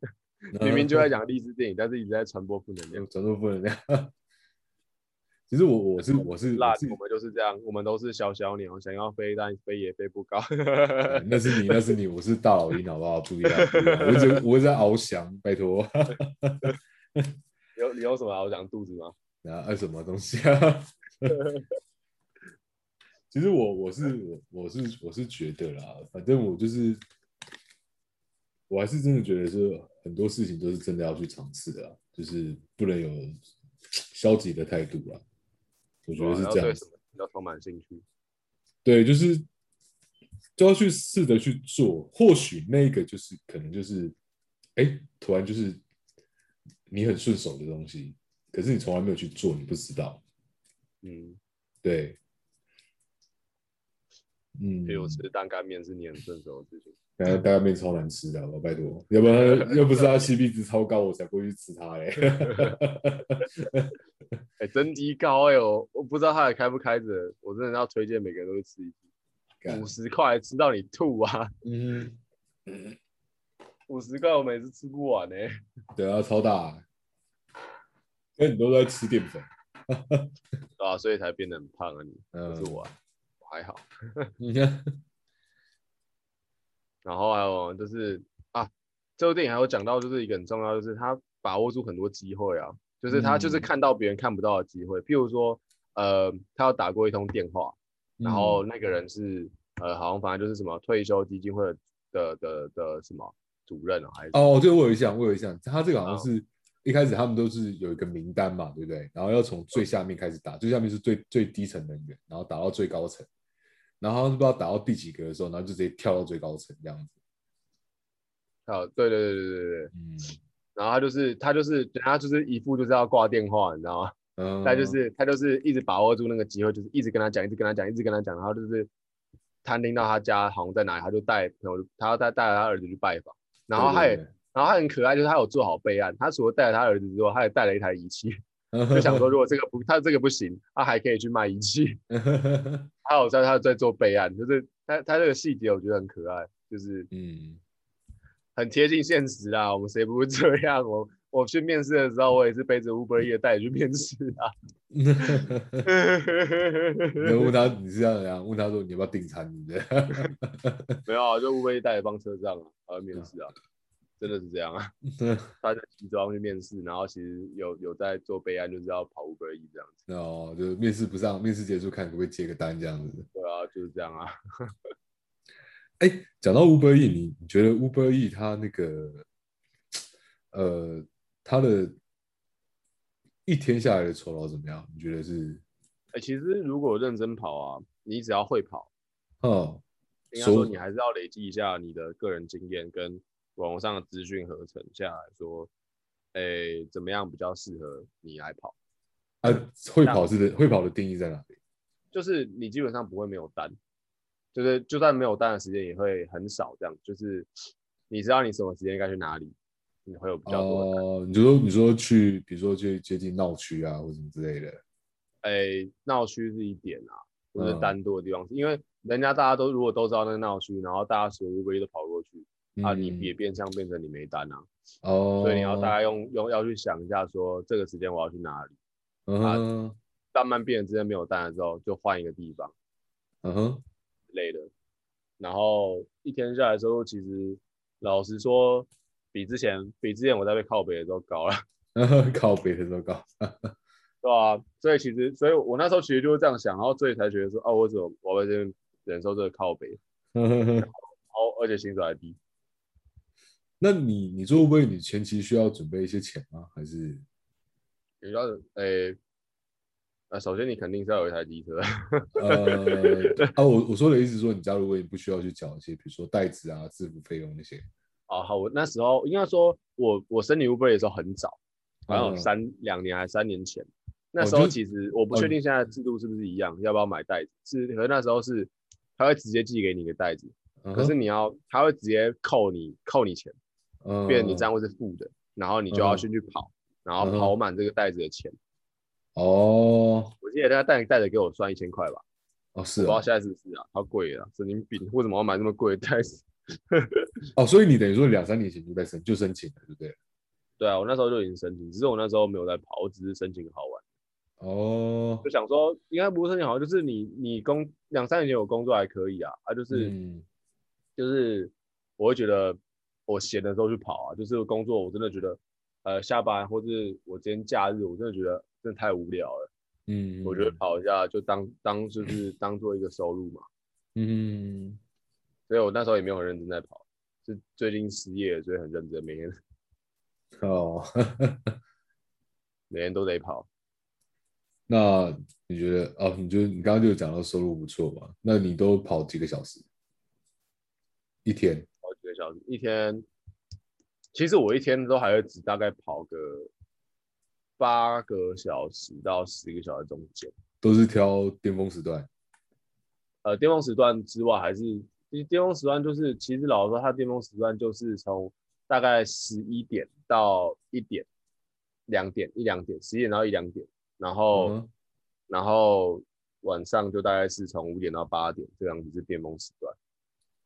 Speaker 1: 嗯
Speaker 2: 明明就在讲励志电影，但是一直在传播负能量。
Speaker 1: 转动负能量。 其实我我是我是
Speaker 2: 烂
Speaker 1: 我嗯是，
Speaker 2: 我们就是这样，我们都是小小鸟，想要飞但飞也飞不高。
Speaker 1: 对哎那是你那是你，我是大老鹰，好不好？注意啊！注意啊我一直我一直在翱翔，拜托
Speaker 2: 有你有什么翱翔肚子吗？
Speaker 1: 啊，啊什么东西 啊？其实我我是我我是我是觉得啦，反正我就是，我还是真的觉得是很多事情都是真的要去尝试啊，就是不能有消极的态度啦。我觉得是
Speaker 2: 然后
Speaker 1: 这样
Speaker 2: 对
Speaker 1: 子
Speaker 2: 什。么比较充满兴趣？嗯
Speaker 1: 对，就是就要去试着去做，或许那个就是可能就是，哎，突然就是你很顺手的东西，可是你从来没有去做，你不知道。
Speaker 2: 嗯，
Speaker 1: 对，嗯，
Speaker 2: 比如吃蛋干哎面是你很顺手的事情。
Speaker 1: 然后大家面超难吃的，我拜托，要不然它要不是它 CP 值超高，我才不会去吃它嘞。
Speaker 2: 哎、真鸡高哎、我我不知道它还开不开着，我真的要推荐每个人都去吃一次，
Speaker 1: 干
Speaker 2: 五十块吃到你吐啊！
Speaker 1: 嗯，
Speaker 2: 五十块我每次吃不完哎、
Speaker 1: 对啊，超大，因为你都在吃淀粉，
Speaker 2: 对啊，所以才变得很胖啊你，
Speaker 1: 嗯
Speaker 2: 不是 我、啊，我还好。嗯
Speaker 1: 你看，
Speaker 2: 然后还有就是啊，这部电影还有讲到就是一个很重要，就是他把握住很多机会啊，就是他就是
Speaker 1: 嗯
Speaker 2: 看到别人看不到的机会，譬如说，呃，他有打过一通电话，然
Speaker 1: 嗯
Speaker 2: 后那个人是呃，好像反正就是什么退休基金会的的的的什么主任啊，还是
Speaker 1: 哦，对，我有一项，我有一项，他这个好像是、一开始他们都是有一个名单嘛，对不对？然后要从最下面开始打，最下面是最最低层人员，然后打到最高层，然后不知道打到第几个的时候，然后就直接跳到最高层这样子。
Speaker 2: 啊，对对对对对对，
Speaker 1: 嗯
Speaker 2: 然后他就是他就是他就是一副就是要挂电话，你知道吗？
Speaker 1: 嗯，
Speaker 2: 他就是他就是一直把握住那个机会，就是一直跟他讲，一直跟他讲，一直跟他讲，然后就是他听到他家好像在哪里，他就带朋友，他要带带着他儿子去拜访，然后他也，
Speaker 1: 对
Speaker 2: 然后他很可爱，就是他有做好备案，他除了带了他儿子之外，他也带了一 台仪器，
Speaker 1: 对对
Speaker 2: 就想说如果这个不他这个不行，他还可以去卖仪器，他好像他在做备案，就是他他这个细节我觉得很可爱，就是
Speaker 1: 嗯，
Speaker 2: 很贴近现实啦。我们谁不是这样？我我去面试的时候，我也是背着 Uber E 的袋去面试啊。
Speaker 1: 然后问他你是这样怎样？问他说你要不要订餐？你这样
Speaker 2: 没有啊，就 Uber E 袋帮车上啊，还要面试啊，真的是这样 啊。他在西装去面试，然后其实有有在做备案，就是要跑 Uber E 这样子。
Speaker 1: 然后就面试不上，面试结束看可不可以接个单这样子。
Speaker 2: 对啊，就是这样啊。
Speaker 1: 哎，讲到 Uber E，你你觉得 Uber E 它那个，呃，它的一天下来的酬劳怎么样？你觉得是
Speaker 2: 哎、其实如果认真跑啊，你只要会跑，
Speaker 1: 哦，
Speaker 2: 应该说
Speaker 1: 所
Speaker 2: 你还是要累积一下你的个人经验跟网络上的资讯合成下来说，哎、怎么样比较适合你来跑？
Speaker 1: 啊，
Speaker 2: 嗯
Speaker 1: 会跑是的，会跑的定义在哪里？
Speaker 2: 就是你基本上不会没有单，就是就算没有单的时间也会很少，这样就是你知道你什么时间该去哪里，你会有比较多的单。
Speaker 1: 哦，你就说你说去，比如说去接近闹区啊，或什么之类的。
Speaker 2: 哎、闹区是一点啊，或者
Speaker 1: 嗯
Speaker 2: 单多的地方，因为人家大家都如果都知道那个闹区，然后大家所有乌龟都跑过去，啊，你
Speaker 1: 嗯
Speaker 2: 也变相变成你没单啊。
Speaker 1: 哦，
Speaker 2: 所以你要大概用用要去想一下说，这个时间我要去哪里。
Speaker 1: 嗯哼
Speaker 2: 慢慢变得之间没有单了之后，就换一个地方
Speaker 1: 嗯哼
Speaker 2: 之类的。然后一天下来的时候，其实老实说，比之前比之前我在被靠北的时候高了，
Speaker 1: 嗯哼，靠北的都高，
Speaker 2: 对吧、所以其实，所以我那时候其实就是这样想，然后所以才觉得说，哦，我怎么我要在这边忍受这个靠北，然后而且薪水还低。
Speaker 1: 那你你做 Uber，E，你前期需要准备一些钱吗？还是
Speaker 2: 你知道，诶、呃，首先你肯定是要有一台机车，
Speaker 1: 呃啊，我我说的意思是说，你加入 Uber，E 不需要去缴一些，比如说代资啊、制服费用那些。
Speaker 2: 啊，好，我那时候应该说我我申请 Uber 的时候很早，好像有
Speaker 1: 嗯
Speaker 2: 三两年还三年前，那
Speaker 1: 哦
Speaker 2: 时
Speaker 1: 就
Speaker 2: 候
Speaker 1: 是
Speaker 2: 其实我不
Speaker 1: 哦
Speaker 2: 确
Speaker 1: 你
Speaker 2: 定现在的制度是不是一样，要不要买袋子？是，可是那时候是他会直接寄给你一个袋子，
Speaker 1: 嗯哼
Speaker 2: 可是你要他会直接扣你扣你钱，变成你
Speaker 1: 嗯
Speaker 2: 账户是负的，然后你就
Speaker 1: 嗯
Speaker 2: 要
Speaker 1: 哼
Speaker 2: 先去跑，然后
Speaker 1: 嗯哼
Speaker 2: 跑满这个袋子的钱。
Speaker 1: 哦
Speaker 2: 我记得他袋袋子给我算一千块吧，
Speaker 1: 哦
Speaker 2: 我
Speaker 1: 是
Speaker 2: 不知
Speaker 1: 哦
Speaker 2: 道现在是不是啊，好贵了，神经病，为什么要买那么贵的袋子？
Speaker 1: 哦，所以你等于说两三年前就在申就申请了，对不对？
Speaker 2: 对啊，我那时候就已经申请，只是我那时候没有在跑，我只是申请好玩。
Speaker 1: 哦
Speaker 2: 就，想说，应该不是申请好，就是你你工两三年前有工作还可以啊，啊就是、
Speaker 1: 嗯
Speaker 2: 就是我会觉得我闲的时候去跑啊，就是工作我真的觉得，呃下班或是我今天假日我真的觉得真的太无聊了，
Speaker 1: 嗯，
Speaker 2: 我觉得跑一下就当当就是当做一个收入嘛，
Speaker 1: 嗯。
Speaker 2: 所以我那时候也没有很认真在跑，是最近失业了所以很认真，每天
Speaker 1: 哦，
Speaker 2: 每天都得跑。
Speaker 1: 那你觉得哦？你觉得你刚刚就有讲到收入不错嘛？那你都跑几个小时？一天？
Speaker 2: 跑几个小时，一天，其实我一天都还会只大概跑个八个小时到十个小时中间。
Speaker 1: 都是挑巅峰时段？
Speaker 2: 呃，巅峰时段之外，还是其实巅峰时段就是，其实老实说，它巅峰时段就是从大概十一点到一点、两点、一两点，十一点到一两点，然后、
Speaker 1: 嗯哼
Speaker 2: 然后晚上就大概是从五点到八点这样子是巅峰时段。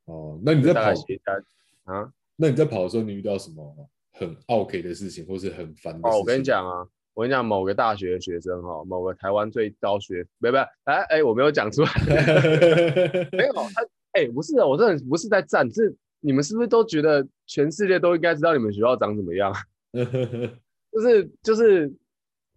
Speaker 1: 哦，那你在
Speaker 2: 大概
Speaker 1: 跑，
Speaker 2: 其实大概啊，
Speaker 1: 那你在跑的时候，你遇到什么很 OK 的事情，或是很烦的事情？
Speaker 2: 哦，我跟 你，讲啊，我跟你讲，某个大学的学生哈、哦，某个台湾最高学，没没，哎哎，我没有讲出来，
Speaker 1: 嗯
Speaker 2: 没有，他哎，不是的，我真的不是在赞，是你们是不是都觉得全世界都应该知道你们学校长怎么样？就是就是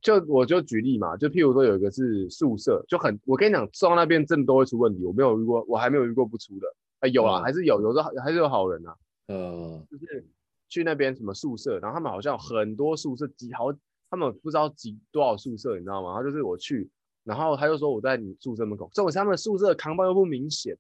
Speaker 2: 就我就举例嘛，就譬如说有一个是宿舍，就很我跟你讲，送到那边真的都会出问题，我没有遇过，我还没有遇过不出的，哎，有啊，
Speaker 1: 嗯
Speaker 2: 还是有，有时候还是有好人啊，
Speaker 1: 嗯
Speaker 2: 就是去那边什么宿舍，然后他们好像有很多宿舍几好，他们不知道几多少宿舍，你知道吗？然后就是我去，然后他就说我在你宿舍门口，这种是他们宿舍的扛棒又不明显，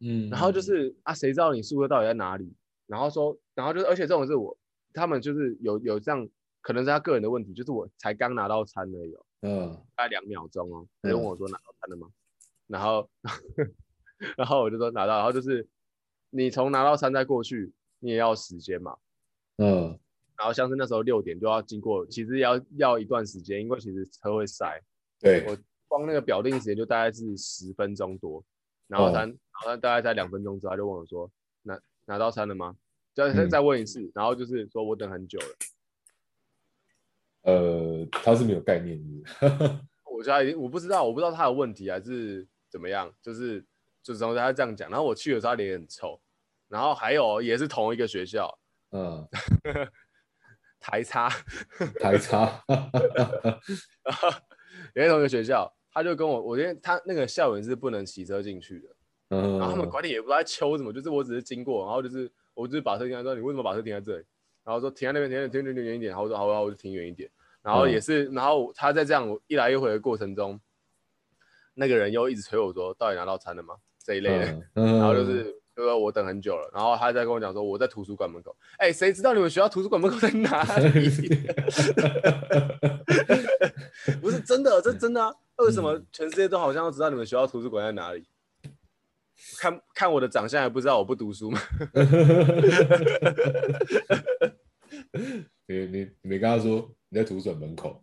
Speaker 1: 嗯，
Speaker 2: 然后就是啊，谁知道你宿舍到底在哪里？然后说，然后就是，而且这种是我他们就是有有这样，可能是他个人的问题，就是我才刚拿到餐而已、哦，
Speaker 1: 嗯
Speaker 2: 大概两秒钟哦，他就问我说拿到餐了吗？然后 然后我就说拿到，然后就是你从拿到餐再过去，你也要时间嘛。
Speaker 1: 嗯
Speaker 2: 然后像是那时候六点就要经过，其实要要一段时间，因为其实车会塞。
Speaker 1: 对
Speaker 2: 我光那个表定时间就大概是十分钟多，然
Speaker 1: 哦
Speaker 2: 后他，然后他大概在两分钟之后他就问我说：“拿拿到餐了吗？”再再
Speaker 1: 嗯
Speaker 2: 再问一次，然后就是说我等很久了，
Speaker 1: 呃，他是没有概念的。
Speaker 2: 我现在已经我不知道我不知道他有问题还是怎么样，就是就是然后他这样讲，然后我去的时候他脸很臭，然后还有也是同一个学校
Speaker 1: 嗯，
Speaker 2: 台差，
Speaker 1: 台差，
Speaker 2: 也是同一个学校，他就跟我，我因为他那个校园是不能骑车进去的，
Speaker 1: 嗯，
Speaker 2: 然后他们管理也不知道在秋什么，就是我只是经过，然后就是我就是把车停在这，你为什么把车停在这里？然后说停在那边，停在停停停远一点，然后我说好啊，我就停远一点。然后也是，然后他在这样我一来一回的过程中，那个人又一直催我说，到底拿到餐了吗？这一类的，
Speaker 1: 嗯，嗯，
Speaker 2: 然
Speaker 1: 然
Speaker 2: 后就是就说我等很久了，然后他在跟我讲说我在图书馆门口，哎，谁知道你们学校图书馆门口在哪里？不是真的，这真的、啊。为什么全世界都好像都知道你们学校图书馆在哪里？看看我的长相还不知道我不读书吗？
Speaker 1: 你你你没跟他说你在图书馆门口，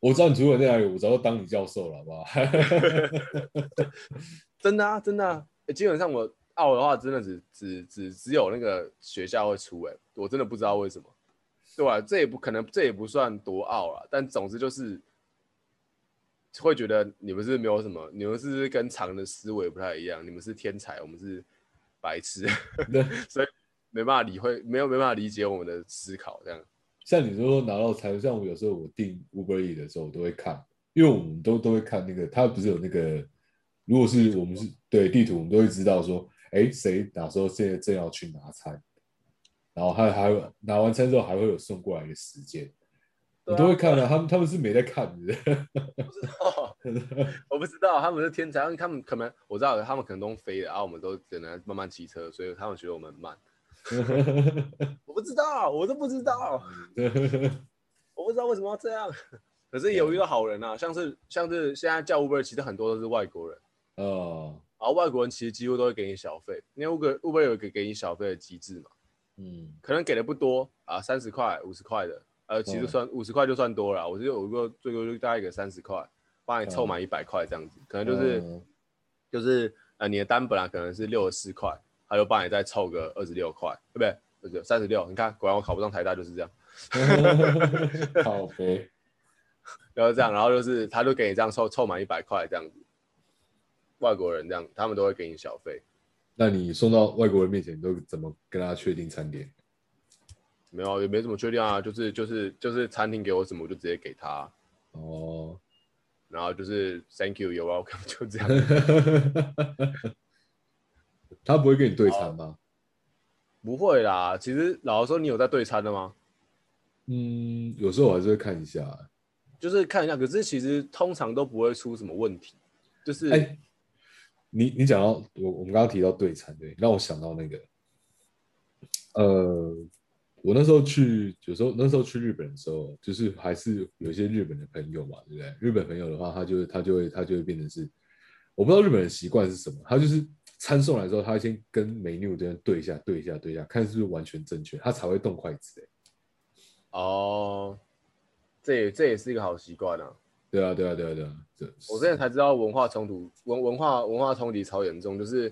Speaker 1: 我知道你图书馆在哪里，我早就当你教授了，好不好？
Speaker 2: 真的啊，真的、啊欸基本上我澳的话，真的只只只只有那个学校会出哎、我真的不知道为什么。对啊，这也不可能，这也不算多傲啦，但总之就是会觉得你们是没有什么，你们是不是跟常人的思维不太一样？你们是天才，我们是白痴，
Speaker 1: 那
Speaker 2: 所以没办法理会，没有没办法理解我们的思考这样。
Speaker 1: 像你说拿到餐，像我有时候我订 Uber E 的时候，我都会看，因为我们都都会看那个，它不是有那个，如果是我们是对地图，我们都会知道说，哎，谁哪时候现在正要去拿餐，然后还还会拿完餐之后还会有送过来的时间，我都会看啊的、他们他们是没在看的，
Speaker 2: 哦， 我不知道他们是天才，因为他们可能我知道他们可能都飞的，然、后我们都只能慢慢骑车，所以他们觉得我们慢。我不知道，我都不知道，我不知道为什么要这样。可是也有遇到好人啊，像是像是现在叫 Uber，其实很多都是外国人，
Speaker 1: 哦，
Speaker 2: 然后外国人其实几乎都会给你小费，因为 Uber Uber 有一个给你小费的机制嘛，
Speaker 1: 嗯
Speaker 2: 可能给的不多啊，三十块、五十块的，呃，其实
Speaker 1: 嗯
Speaker 2: 算五十块就算多了啊，我就有过最多就大概给三十块，帮你凑满一百块这样子，可能就是。
Speaker 1: 嗯
Speaker 2: 就是呃你的单本来可能是六十四块，他就帮你再凑个二十六块，呃对不对？二十六、三十六，你看，果然我考不上台大就是这样，
Speaker 1: 好呗，
Speaker 2: 然后这样，然后就是他就给你这样凑凑满一百块这样子，外国人这样，他们都会给你小费，
Speaker 1: 那你送到外国人面前，你都怎么跟他确定餐点？
Speaker 2: 没有也没怎么确定啊，就是就是就是餐厅给我什么我就直接给他，
Speaker 1: 哦，
Speaker 2: 然后就是 Thank you, 啊 you're welcome，就这样。
Speaker 1: 他不会跟你对餐吗？
Speaker 2: 不会啦，其实老实说，你有在对餐的吗？
Speaker 1: 嗯，有时候我还是会看一下。
Speaker 2: 就是看一下，可是其实通常都不会出什么问题，就是、
Speaker 1: 哎、你你讲到我我们刚刚提到对餐，对，让我想到那个，呃，我那时候去，有时候那时候去日本的时候，就是还是有一些日本的朋友嘛，对不对？日本朋友的话，他就他就会他就会变成是，我不知道日本人习惯是什么，他就是餐送来之后，他先跟 menu 这边对一下对一下对一下，看是不是完全正确，他才会动筷子、欸。
Speaker 2: 哦，这也这也是一个好习惯啊。
Speaker 1: 对啊，对啊，对啊，对啊，这
Speaker 2: 我之前才知道文化冲突，文文化文化冲击超严重，就是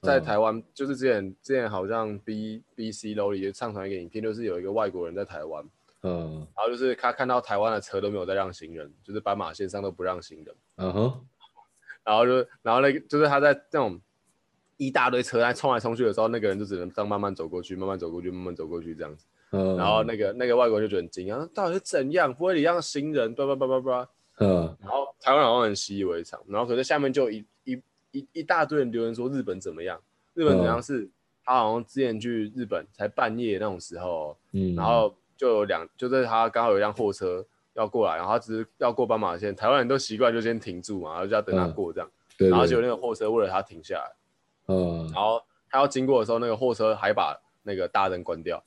Speaker 2: 在
Speaker 1: 嗯
Speaker 2: 台湾，就是之前之前好像 B B C l o 也上传一个影片，就是有一个外国人在台湾，
Speaker 1: 嗯
Speaker 2: 然后就是他看到台湾的车都没有在让行人，就是斑马线上都不让行人，
Speaker 1: 嗯哼，
Speaker 2: 然后就然后那个就是他在那种一大堆车在冲来冲去的时候，那个人就只能这样慢慢走过去，慢慢走过去，慢慢走过去这样子。
Speaker 1: 嗯，
Speaker 2: 然后那个那个外国人就觉得很惊讶，啊到底是怎样不会礼让行人？叭叭叭叭叭。
Speaker 1: 嗯
Speaker 2: 然后台湾好像很习以为常，然后可是下面就一一一一大堆人留言说日本怎么样？日本怎么
Speaker 1: 嗯
Speaker 2: 样是？他好像之前去日本才半夜那种时候，
Speaker 1: 嗯，
Speaker 2: 然后就有两，就是他刚好有一辆货车要过来，然后他只是要过斑马线，台湾人都习惯就先停住嘛，然后就要等他过这样，
Speaker 1: 嗯对，
Speaker 2: 然后
Speaker 1: 对
Speaker 2: 结果那个货车为了他停下来，
Speaker 1: 嗯
Speaker 2: 然后他要经过的时候，那个货车还把那个大灯关掉，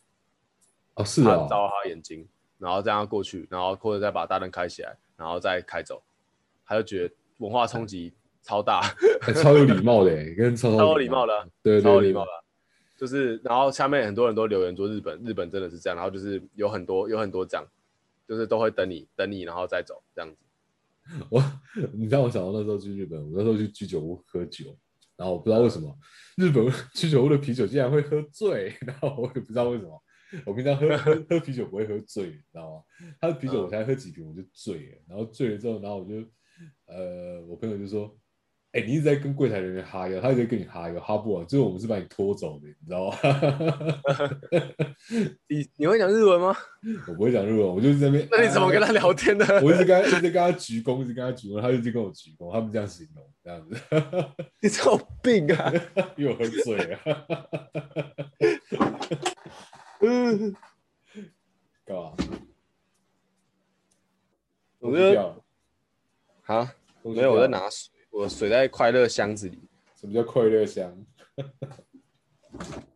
Speaker 1: 哦是
Speaker 2: 他
Speaker 1: 啊，
Speaker 2: 照他眼睛，然后这样过去，然后或者再把大灯开起来，然后再开走，他就觉得文化冲击超大，
Speaker 1: 欸超有礼貌的欸，跟超
Speaker 2: 超有礼貌的啊，
Speaker 1: 对对
Speaker 2: 超有
Speaker 1: 对
Speaker 2: 礼貌的啊。就是，然后下面很多人都留言说日本，日本真的是这样，然后就是有很多有很多这样，就是都会等你等你，然后再走这样子。
Speaker 1: 我你让我想到那时候去日本，我那时候去居酒屋喝酒，然后我不知道为什么日本 居酒屋的啤酒竟然会喝醉，然后我也不知道为什么。我平常喝喝喝啤酒不会喝醉，你知道吗？他的啤
Speaker 2: 嗯
Speaker 1: 酒我才喝几瓶我就醉了，然后醉了之后，然后我就呃，我朋友就说：“哎、你一直在跟柜台人员哈腰，他一直在跟你哈腰，哈不完，最后我们是把你拖走的，你知道吗？” 嗯
Speaker 2: 你你会讲日文吗？
Speaker 1: 我不会讲日文，我就是在那边。
Speaker 2: 那你怎么跟他聊天 呢？
Speaker 1: 我一直跟他一直跟他鞠躬，一直跟他鞠躬，他就一直跟我鞠躬，他们这样形容，这样子，
Speaker 2: 你这有病啊！
Speaker 1: 因为我喝醉了，
Speaker 2: 嗯，
Speaker 1: 干嘛？
Speaker 2: 我觉得
Speaker 1: 东西掉了
Speaker 2: 啊，
Speaker 1: 东西
Speaker 2: 没有，我
Speaker 1: 掉
Speaker 2: 在
Speaker 1: 了
Speaker 2: 拿水，我水在快乐箱子里。
Speaker 1: 什么叫快乐箱？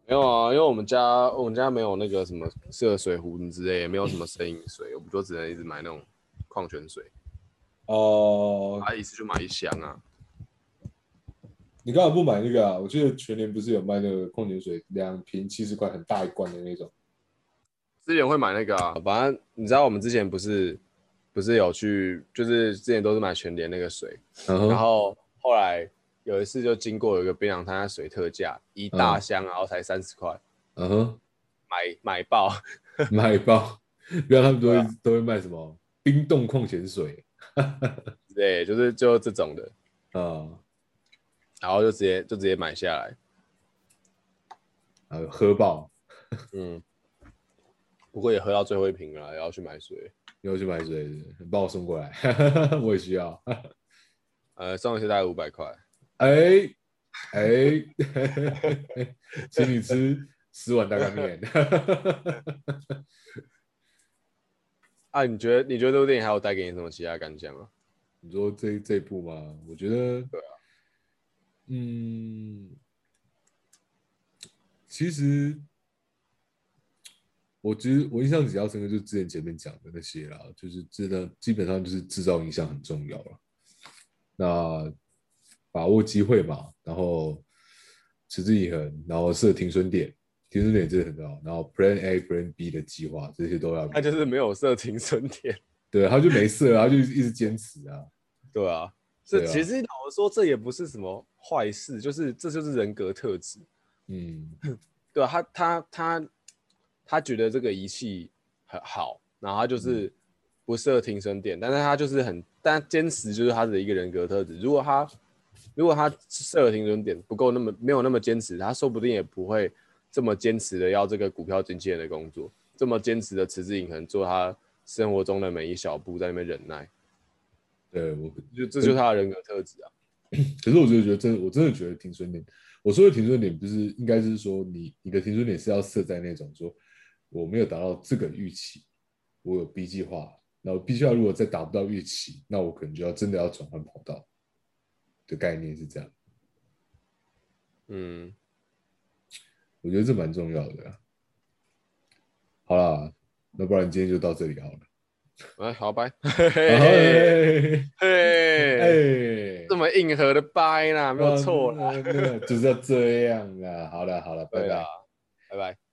Speaker 2: 没有啊，因为我们家我们家没有那个什么热水壶之类，也没有什么生饮水，我们就只能一直买那种矿泉水，
Speaker 1: 哦、
Speaker 2: 啊，一次就买一箱啊。
Speaker 1: 你干嘛不买那个啊？我记得全年不是有卖那个矿泉水，两瓶七十块，很大一罐的那种。
Speaker 2: 之前会买那个啊，反正你知道我们之前不是不是有去，就是之前都是买全联那个水，然
Speaker 1: 然后
Speaker 2: 后后来有一次就经过有一个槟榔摊，它水特价一大箱，然后才三十块，
Speaker 1: 嗯哼，
Speaker 2: 买买爆，
Speaker 1: 买爆！ 不要他们都
Speaker 2: 啊
Speaker 1: 会、都会卖什么冰冻矿泉水
Speaker 2: 对，就是就这种的，
Speaker 1: 啊，
Speaker 2: 然后就直接就直接买下来，
Speaker 1: 还有喝爆，
Speaker 2: 嗯，不过也喝到最后一瓶了，也要去买水。
Speaker 1: 又去买水，你帮我送过来， 我也需要。
Speaker 2: 呃，上一次大概五百块，
Speaker 1: 哎哎， 请你吃十碗大干面。
Speaker 2: 啊，你觉得你觉得这部电影还有带给你什么其他感想吗？
Speaker 1: 你说这这一部吗？我觉得，
Speaker 2: 对
Speaker 1: 啊，嗯，其实我其实我印象比较深刻，就是之前前面讲的那些啦，就是真的基本上就是制造影响很重要了。那把握机会嘛，然后持之以恒，然后设停损点，停损点真的很重要，然后 Plan A、Plan B 的计划这些都要有，
Speaker 2: 他就是没有设停损点，
Speaker 1: 对，他就没事了，他就一直坚持啊。
Speaker 2: 对啊，这
Speaker 1: 对啊
Speaker 2: 其实老实说，这也不是什么坏事，就是这就是人格特质，
Speaker 1: 嗯
Speaker 2: 对啊，他他他他觉得这个仪器很好，然后他就是不设停损点，但是他就是很，但坚持就是他的一个人格特质。如果他如果他设停损点不够那么没有那么坚持，他说不定也不会这么坚持的要这个股票经纪人的工作，这么坚持的持之以恒做他生活中的每一小步，在那边忍耐，，
Speaker 1: 对我
Speaker 2: 就这就是他的人格特质啊。
Speaker 1: 可是我就觉得真的，我真的觉得停损点，我说的停损点不是应该是说你你的停损点是要设在那种说我没有达到这个预期，我有 B 计划，然后 B 计划如果再达不到预期，那我可能就要真的要转换跑道的概念是这样，
Speaker 2: 嗯，
Speaker 1: 我觉得这蛮重要的啊、好啦，那不然今天就到这里好了。
Speaker 2: 哎，好拜，
Speaker 1: 哎
Speaker 2: 嘿，
Speaker 1: 哎，
Speaker 2: 这么硬核的
Speaker 1: 嗯
Speaker 2: 掰啦，没有错啦。
Speaker 1: 啦，就是要这样啦。好了好了，拜
Speaker 2: 对啊
Speaker 1: 拜
Speaker 2: 啦。，拜拜。